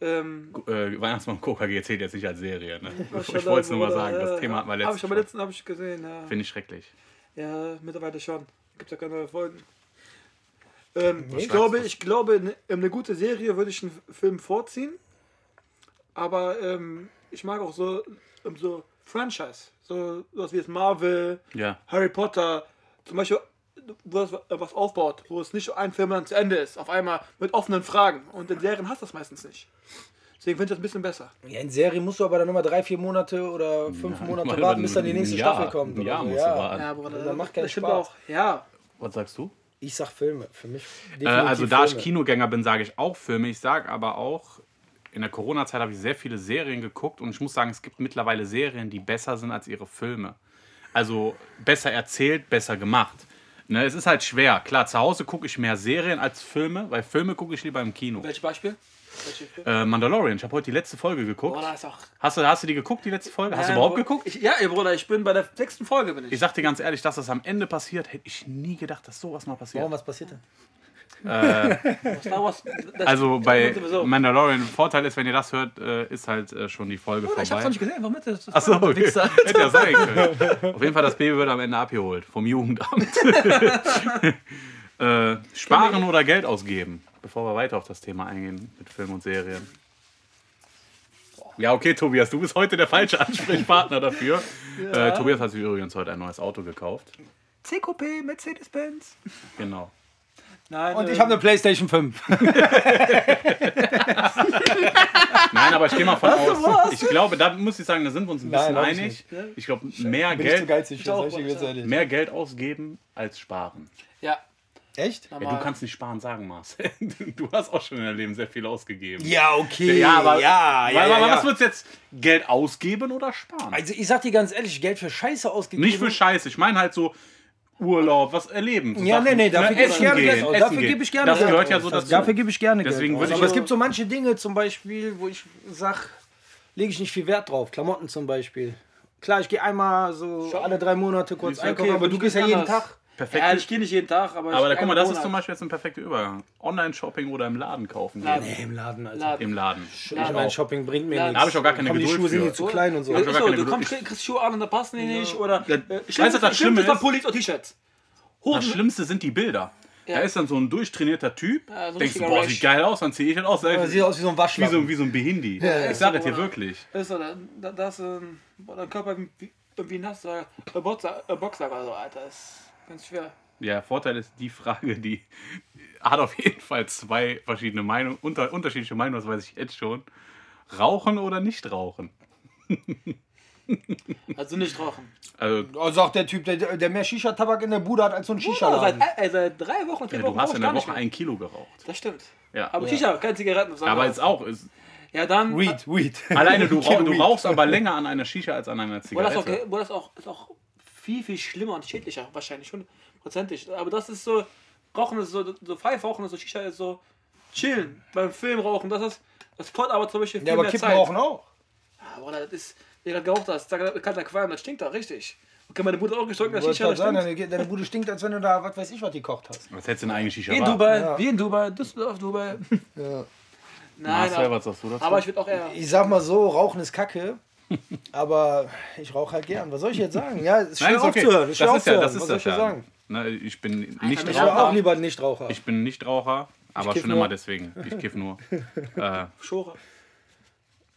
Speaker 3: Ähm,
Speaker 1: Äh, Weihnachtsmann und KKG zählt jetzt nicht als Serie. Ne? Ich
Speaker 3: schon
Speaker 1: wollte es nur mal
Speaker 3: Bruder,
Speaker 1: sagen,
Speaker 3: ja,
Speaker 1: das Thema hatten wir
Speaker 3: Hab ich
Speaker 1: letztes
Speaker 3: aber
Speaker 1: Mal.
Speaker 3: letzten hab ich gesehen, ja.
Speaker 1: Finde ich schrecklich.
Speaker 3: Ja, mittlerweile schon. Gibt ja keine neuen Folgen. Ähm, ich
Speaker 1: Was
Speaker 3: glaube,
Speaker 1: sagst du?
Speaker 3: ich glaube, ne- ähm, eine gute Serie würde ich einen Film vorziehen. Aber ähm, ich mag auch so, ähm, so Franchise. So was wie jetzt Marvel,
Speaker 1: Ja.
Speaker 3: Harry Potter, zum Beispiel, wo es was aufbaut, wo es nicht ein Film dann zu Ende ist. Auf einmal mit offenen Fragen. Und in Serien hast du das meistens nicht. Deswegen finde ich das ein bisschen besser.
Speaker 2: Ja, in Serie musst du aber dann immer drei, vier Monate oder fünf Monate
Speaker 1: Mal
Speaker 2: warten,
Speaker 1: über
Speaker 2: bis dann die
Speaker 1: ein
Speaker 2: nächste
Speaker 1: Jahr-
Speaker 2: Staffel kommt.
Speaker 1: ein Jahr
Speaker 2: oder so.
Speaker 1: musst du warten. Ja,
Speaker 3: aber
Speaker 2: das also macht keinen
Speaker 3: stimmt
Speaker 2: Spaß.
Speaker 3: auch. Ja,
Speaker 1: Was sagst du?
Speaker 2: Ich sag Filme. Für mich.
Speaker 1: Äh, also da ich
Speaker 2: Filme.
Speaker 1: Kinogänger bin, sage ich auch Filme. Ich sage aber auch, in der Corona-Zeit habe ich sehr viele Serien geguckt und ich muss sagen, es gibt mittlerweile Serien, die besser sind als ihre Filme. Also besser erzählt, besser gemacht. Ne, es ist halt schwer. Klar, zu Hause gucke ich mehr Serien als Filme, weil Filme gucke ich lieber im Kino.
Speaker 3: welches Beispiel? Welches Film?
Speaker 1: Äh, Mandalorian, ich habe heute die letzte Folge geguckt.
Speaker 3: Boah, da ist auch
Speaker 1: Hast du, hast du die geguckt, die letzte Folge? Hast du
Speaker 3: Nein,
Speaker 1: überhaupt
Speaker 3: Bro-
Speaker 1: geguckt?
Speaker 3: Ich, ja, ey, Bruder, ich bin bei der sechsten Folge bin ich.
Speaker 1: Ich sag dir ganz ehrlich, dass das am Ende passiert, hätte ich nie gedacht, dass sowas mal passiert.
Speaker 2: Warum, was passiert denn?
Speaker 3: Star Wars, das-
Speaker 1: Also bei
Speaker 3: sowieso.
Speaker 1: Mandalorian, Vorteil ist, wenn ihr das hört, äh, ist halt äh, schon die Folge
Speaker 3: Bruder, Oh, ich hab's noch
Speaker 1: vorbei. <laughs>
Speaker 3: nicht gesehen. Warum hätte das? das
Speaker 1: Achso,
Speaker 3: war-
Speaker 1: okay.
Speaker 3: Wichser.
Speaker 1: hätte ja sein können. Auf jeden Fall, das Baby wird am Ende abgeholt vom Jugendamt. <laughs> äh, sparen oder Geld ausgeben, bevor wir weiter auf das Thema eingehen mit Film und Serien. Ja, okay, Tobias, du bist heute der falsche Ansprechpartner dafür. Äh, Tobias hat sich übrigens heute ein neues Auto gekauft.
Speaker 3: CQP, Mercedes-Benz.
Speaker 1: Genau.
Speaker 3: Nein.
Speaker 2: Und ich
Speaker 3: ähm,
Speaker 2: habe eine Playstation 5.
Speaker 1: Nein, aber ich gehe mal von aus. Ich glaube, da muss ich sagen, da sind wir uns ein bisschen
Speaker 2: Nein, hab ich
Speaker 1: einig. Ich glaube, mehr
Speaker 2: Bin ich zu
Speaker 1: Geld,
Speaker 2: geizig für
Speaker 3: auch,
Speaker 2: solche
Speaker 3: Bruder.
Speaker 2: Gewissheit.
Speaker 1: mehr Geld ausgeben als sparen.
Speaker 3: Ja.
Speaker 2: Echt?
Speaker 1: Ja, du kannst nicht sparen sagen, Marcel. <laughs> Du hast auch schon in deinem Leben sehr viel ausgegeben.
Speaker 2: Ja, okay.
Speaker 1: aber, aber was wird jetzt? Geld ausgeben oder sparen?
Speaker 2: Also ich sag dir ganz ehrlich, Geld für Scheiße ausgegeben.
Speaker 1: nicht für Scheiße. Ich meine halt so Urlaub, was erleben. so
Speaker 2: Ja,
Speaker 1: Sachen.
Speaker 2: nee, nee, dafür
Speaker 1: Na,
Speaker 2: gebe ich
Speaker 1: essen
Speaker 2: gerne
Speaker 1: gehen,
Speaker 2: Geld aus.
Speaker 1: essen
Speaker 2: Dafür
Speaker 1: gehen.
Speaker 2: gebe ich gerne
Speaker 1: Das
Speaker 2: Geld
Speaker 1: gehört ja
Speaker 2: aus.
Speaker 1: so
Speaker 2: Das-
Speaker 1: dazu.
Speaker 2: Dafür gebe ich gerne
Speaker 1: Deswegen
Speaker 2: Geld
Speaker 1: würde
Speaker 2: aus.
Speaker 1: ich
Speaker 2: Aber es
Speaker 1: auch-
Speaker 2: gibt so manche Dinge, zum Beispiel, wo ich sag, lege ich nicht viel Wert drauf. Klamotten zum Beispiel. Klar, ich gehe einmal so alle drei Monate kurz
Speaker 1: Ist okay,
Speaker 2: einkaufen, aber
Speaker 3: bin
Speaker 2: du
Speaker 3: ich
Speaker 2: gehst ja jeden
Speaker 3: anders.
Speaker 2: Tag.
Speaker 1: Perfekt.
Speaker 3: ja, ich gehe nicht jeden Tag, aber.
Speaker 1: aber da,
Speaker 3: ich-
Speaker 1: guck mal, das ist
Speaker 3: Monat.
Speaker 1: zum Beispiel jetzt ein perfekter Übergang. Online-Shopping oder im Laden kaufen.
Speaker 3: Laden.
Speaker 1: gehen.
Speaker 2: Nee, im Laden, Alter.
Speaker 3: Laden.
Speaker 1: Im Laden.
Speaker 3: Laden.
Speaker 2: Mein Shopping bringt mir
Speaker 3: Da
Speaker 2: nichts.
Speaker 1: Da habe ich auch gar keine
Speaker 2: Komm, die
Speaker 1: Geduld
Speaker 2: Schuhe
Speaker 1: für.
Speaker 2: sind mir zu klein und so.
Speaker 1: Ja,
Speaker 3: Ja,
Speaker 1: ich hab
Speaker 3: ist
Speaker 1: gar
Speaker 3: so, Genau.
Speaker 1: keine
Speaker 3: du kommst,
Speaker 1: Geduld.
Speaker 3: kriegst Schuhe an und da passen die nicht. Oder.
Speaker 1: weißt du, was das Schlimme
Speaker 3: war
Speaker 1: ist?
Speaker 3: Pullis und T-Shirts.
Speaker 1: Das
Speaker 3: Hosen.
Speaker 1: Schlimmste sind die Bilder. Da ist dann so ein durchtrainierter Typ.
Speaker 3: Ja, so
Speaker 1: Denkst
Speaker 3: ein
Speaker 1: du,
Speaker 3: richtiger
Speaker 1: boah,
Speaker 3: Rash.
Speaker 1: sieht geil aus, dann ziehe ich das aus.
Speaker 2: Aber sieht aus wie so ein
Speaker 1: wie,
Speaker 2: Waschlappen.
Speaker 1: so, wie so ein Behindi.
Speaker 2: Ja,
Speaker 1: ich sage es
Speaker 3: so,
Speaker 1: dir
Speaker 3: oder?
Speaker 1: wirklich.
Speaker 3: Das ist so, da, da, das, ähm, boah, dein Körper wie, wie, wie nass, äh, Boxer, äh, Boxer oder so, Alter. ist ganz schwer.
Speaker 1: Ja, Vorteil ist die Frage, die <laughs> hat auf jeden Fall zwei verschiedene Meinungen, unter, unterschiedliche Meinungen, das weiß ich jetzt schon. Rauchen oder nicht rauchen?
Speaker 3: Also nicht rauchen.
Speaker 1: Also,
Speaker 2: Also auch der Typ, der, der mehr Shisha-Tabak in der Bude hat als so ein
Speaker 3: Bruder,
Speaker 2: Shisha-Laden.
Speaker 3: Genau, seit, ey, seit drei Wochen, vier
Speaker 1: ja,
Speaker 3: Wochen
Speaker 1: du hast
Speaker 3: rauch
Speaker 1: in der
Speaker 3: ich gar nicht
Speaker 1: Woche
Speaker 3: mehr.
Speaker 1: ein Kilo geraucht.
Speaker 3: Das stimmt.
Speaker 1: Ja.
Speaker 3: Aber Shisha, keine Zigaretten. was
Speaker 1: Aber
Speaker 3: anderes.
Speaker 1: jetzt auch.
Speaker 2: <laughs>
Speaker 1: Ist,
Speaker 3: Ja, dann.
Speaker 2: Weed, Weed.
Speaker 1: alleine <laughs> du, rauch,
Speaker 2: Kilo
Speaker 1: du
Speaker 2: Weed.
Speaker 1: rauchst aber länger an einer Shisha als an einer
Speaker 3: Boah, das, ist auch,
Speaker 1: Zigarette.
Speaker 3: boah, das ist auch, ist auch viel, viel schlimmer und schädlicher, wahrscheinlich, hundertprozentig. Aber das ist so, Rauchen ist so, so Pfeifrauchen ist so, Shisha ist so, chillen, beim Film rauchen, das ist, das fordert aber zum Beispiel viel
Speaker 2: Ja, aber
Speaker 3: mehr
Speaker 2: Kippen
Speaker 3: Zeit.
Speaker 2: rauchen auch.
Speaker 3: Ja, boah, das ist, jeder geraucht das, da kann der Qualm, das stinkt da richtig. Okay, meine Mutter hat auch gestunken, das
Speaker 2: Wollte
Speaker 3: Shisha,
Speaker 2: gerade sagen,
Speaker 3: das stinkt.
Speaker 2: deine, deine Bude stinkt, als wenn du da was weiß ich was gekocht hast.
Speaker 1: Was hättest du denn eigentlich Shisha
Speaker 3: Wie in
Speaker 1: war?
Speaker 3: Dubai,
Speaker 2: Ja.
Speaker 3: wie in Dubai, Düsseldorf, Dubai. Nein,
Speaker 1: Marcel,
Speaker 3: aber,
Speaker 1: was sagst du dazu?
Speaker 3: aber ich würde auch eher,
Speaker 2: Ich sag mal so, Rauchen ist Kacke. Aber ich rauche halt gern. Was soll ich jetzt sagen? Ja, es ist schwer
Speaker 1: Nein, ist okay.
Speaker 2: aufzuhören.
Speaker 1: Das
Speaker 2: es
Speaker 1: ist
Speaker 2: schwer
Speaker 1: ja,
Speaker 2: aufzuhören.
Speaker 1: das ist
Speaker 2: Was
Speaker 1: das
Speaker 2: soll ich jetzt
Speaker 1: ja.
Speaker 2: sagen?
Speaker 1: Ne, ich bin nicht
Speaker 3: kann
Speaker 2: Ich
Speaker 3: mich Raucher.
Speaker 2: wäre
Speaker 1: Raucher.
Speaker 2: auch lieber ein Nichtraucher.
Speaker 1: Ich bin nicht Raucher, aber
Speaker 2: kiff
Speaker 1: schon
Speaker 2: nur.
Speaker 1: immer deswegen. Ich kiff nur. äh,
Speaker 3: Schore.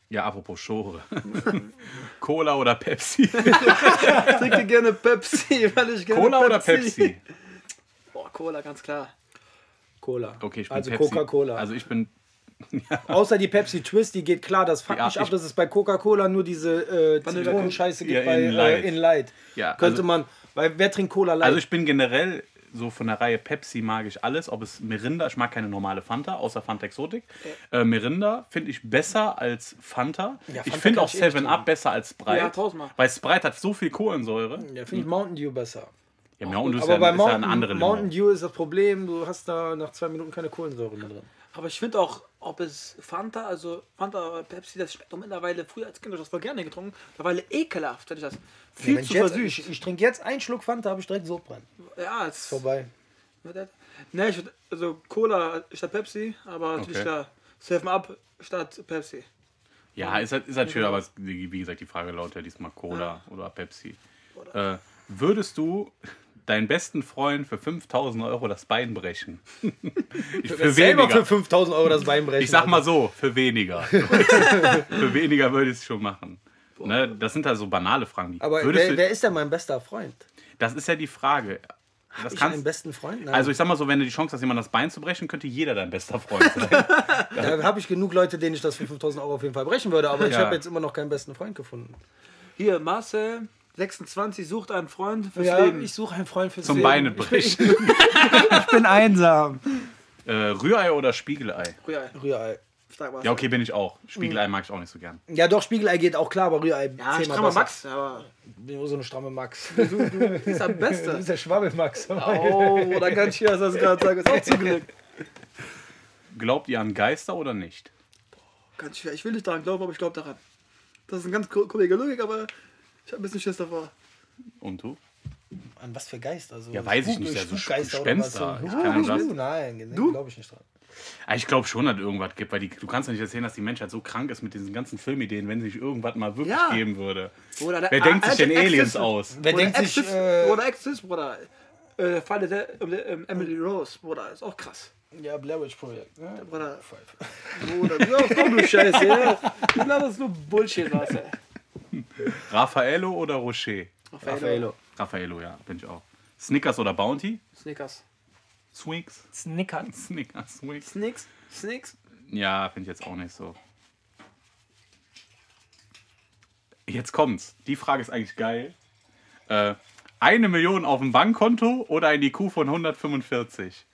Speaker 1: ja, apropos
Speaker 2: <laughs>
Speaker 1: Schore. Cola oder Pepsi?
Speaker 2: Ich trinke gerne
Speaker 3: <laughs>
Speaker 2: Pepsi, weil ich gerne
Speaker 1: Cola oder Pepsi?
Speaker 3: Boah, Cola, ganz klar.
Speaker 2: Cola.
Speaker 1: Okay, ich bin
Speaker 2: also
Speaker 1: Pepsi.
Speaker 2: Coca-Cola.
Speaker 1: Also ich bin
Speaker 2: Außer die Pepsi Twist, die geht klar. Das fuckt
Speaker 1: Ja,
Speaker 2: mich ab,
Speaker 1: ich-
Speaker 2: dass es bei Coca-Cola nur diese äh,
Speaker 3: Vanille-
Speaker 2: Zitronenscheiße gibt
Speaker 1: Ja,
Speaker 2: bei
Speaker 1: in
Speaker 2: in Light.
Speaker 1: Light.
Speaker 2: Äh, in Light.
Speaker 1: Ja,
Speaker 2: Könnte
Speaker 1: also-
Speaker 2: man, weil wer trinkt Cola Light?
Speaker 1: Also ich bin generell so von der Reihe Pepsi mag ich alles, ob es Mirinda, ich mag keine normale Fanta, außer Fanta Exotik. Äh, Mirinda finde ich besser als Fanta. ich
Speaker 2: Ja, Fanta
Speaker 1: finde
Speaker 2: kann
Speaker 1: auch
Speaker 2: ich eh nicht
Speaker 1: 7 Up besser als Sprite.
Speaker 3: Ja, tausendmal.
Speaker 1: Weil Sprite hat so viel Kohlensäure.
Speaker 2: ja, finde ich Mountain Dew besser.
Speaker 1: Ja, Mountain Dew ist,
Speaker 2: Aber
Speaker 1: ja,
Speaker 2: bei
Speaker 1: ist ja
Speaker 2: Mountain,
Speaker 1: eine andere Limo.
Speaker 2: Mountain Dew ist das Problem, du hast da nach zwei Minuten keine Kohlensäure mehr drin.
Speaker 3: Aber ich finde auch, ob es Fanta, also Fanta oder Pepsi, das schmeckt doch mittlerweile, früher als Kind habe ich das voll gerne getrunken, mittlerweile ekelhaft, finde ich das. Viel
Speaker 2: wenn
Speaker 3: zu
Speaker 2: ich, jetzt,
Speaker 3: versüßt.
Speaker 2: ich, ich trinke jetzt einen Schluck Fanta, habe ich direkt Sodbrennen.
Speaker 3: Ja, es
Speaker 2: Vorbei.
Speaker 3: Ne, ich würd- also Cola statt Pepsi, aber natürlich
Speaker 1: Okay.
Speaker 3: klar, Seven Up statt Pepsi.
Speaker 1: Ja, ist halt, ist halt schön, aber es, wie gesagt, die Frage lautet ja diesmal Cola
Speaker 2: Ah.
Speaker 1: oder Pepsi. Äh, würdest du deinen besten Freund für 5000 Euro das Bein
Speaker 2: <laughs>
Speaker 1: brechen? ich, für
Speaker 2: Selber für
Speaker 1: weniger.
Speaker 2: 5000 Euro das Bein brechen.
Speaker 1: Ich sag mal so, für
Speaker 2: <laughs>
Speaker 1: weniger. für weniger würde ich es schon machen. Ne, das sind halt so banale Fragen. die-
Speaker 2: Aber
Speaker 1: würdest
Speaker 2: wer,
Speaker 1: du,
Speaker 2: wer ist denn mein bester Freund?
Speaker 1: das ist ja die Frage. Das
Speaker 2: Ich meinen
Speaker 1: kannst,
Speaker 2: besten Freund? Nein.
Speaker 1: also ich sag mal so, wenn du die Chance hast, jemand das Bein zu brechen, könnte jeder dein bester Freund
Speaker 2: <laughs>
Speaker 1: sein.
Speaker 2: Da habe ich genug Leute, denen ich das für 5000 Euro auf jeden Fall brechen würde, aber ich
Speaker 1: Ja.
Speaker 2: habe jetzt immer noch keinen besten Freund gefunden.
Speaker 3: Hier, Marcel, 26, sucht einen Freund fürs
Speaker 2: Ja,
Speaker 3: Leben.
Speaker 2: ich suche einen Freund fürs
Speaker 1: Zum
Speaker 2: Leben.
Speaker 1: Beine brechen.
Speaker 2: Ich <laughs> bin einsam.
Speaker 1: äh, Rührei oder Spiegelei?
Speaker 3: Rührei,
Speaker 2: Rührei.
Speaker 3: stark Marcel.
Speaker 1: Ja, okay, bin ich auch. Spiegelei
Speaker 2: Hm.
Speaker 1: mag ich auch nicht so gern.
Speaker 2: Ja, doch, Spiegelei geht auch klar, aber Rührei.
Speaker 3: Ja,
Speaker 2: zehnmal
Speaker 3: ich kann mal
Speaker 2: besser.
Speaker 3: Max, aber
Speaker 2: Nur so eine stramme Max. <laughs>
Speaker 3: du bist am
Speaker 2: Du
Speaker 3: Beste.
Speaker 2: bist der Schwabbel-Max.
Speaker 3: <laughs> Oh, da kann ich hier, das gerade sagen, ist <laughs> auch zugelegt.
Speaker 1: Glaubt ihr an Geister oder nicht?
Speaker 3: Ganz schwer. Ich will nicht daran glauben, aber ich glaube daran. Das ist eine ganz ko- komische Logik, aber ich habe ein bisschen Schiss davor.
Speaker 1: Und du?
Speaker 2: An was für Geist? Also
Speaker 1: Ja, weiß ich
Speaker 2: Spuk-
Speaker 1: nicht, ja, so
Speaker 2: Spukgeister oder
Speaker 1: Gespenster.
Speaker 2: was?
Speaker 1: Ich kann nicht sagen.
Speaker 2: Uh, nein, glaube ich nicht dran.
Speaker 1: Ah, Ich glaube schon, dass es irgendwas gibt, weil die, du kannst doch nicht erzählen, dass die Menschheit so krank ist mit diesen ganzen Filmideen, wenn es nicht irgendwas mal wirklich
Speaker 3: Ja.
Speaker 1: geben würde.
Speaker 3: Oder der-
Speaker 1: Wer denkt sich
Speaker 3: Alter,
Speaker 1: denn Aliens
Speaker 3: Exorcist-
Speaker 1: aus?
Speaker 2: Wer
Speaker 3: oder
Speaker 2: denkt sich,
Speaker 3: Exorcist-
Speaker 2: äh,
Speaker 3: Oder Exorcist, Bruder. Äh, der Fall der, der ähm, Emily Rose, Bruder, ist auch krass.
Speaker 2: Ja, Blair Witch Project. Ne?
Speaker 3: Bruder. Bruder, ja, komm du Scheiße, ja. Du das nur Bullshit, was, ey.
Speaker 1: Raffaello oder Rocher?
Speaker 2: Raffaello.
Speaker 1: Raffaello, ja, bin ich auch. Snickers oder Bounty?
Speaker 3: Snickers.
Speaker 1: Swings?
Speaker 4: Snickern.
Speaker 1: Snickers, Swings.
Speaker 3: Snicks? Snicks?
Speaker 1: Ja, finde ich jetzt auch nicht so. Jetzt kommt's. Die Frage ist eigentlich geil. Äh, eine Million auf dem Bankkonto oder ein IQ von 145?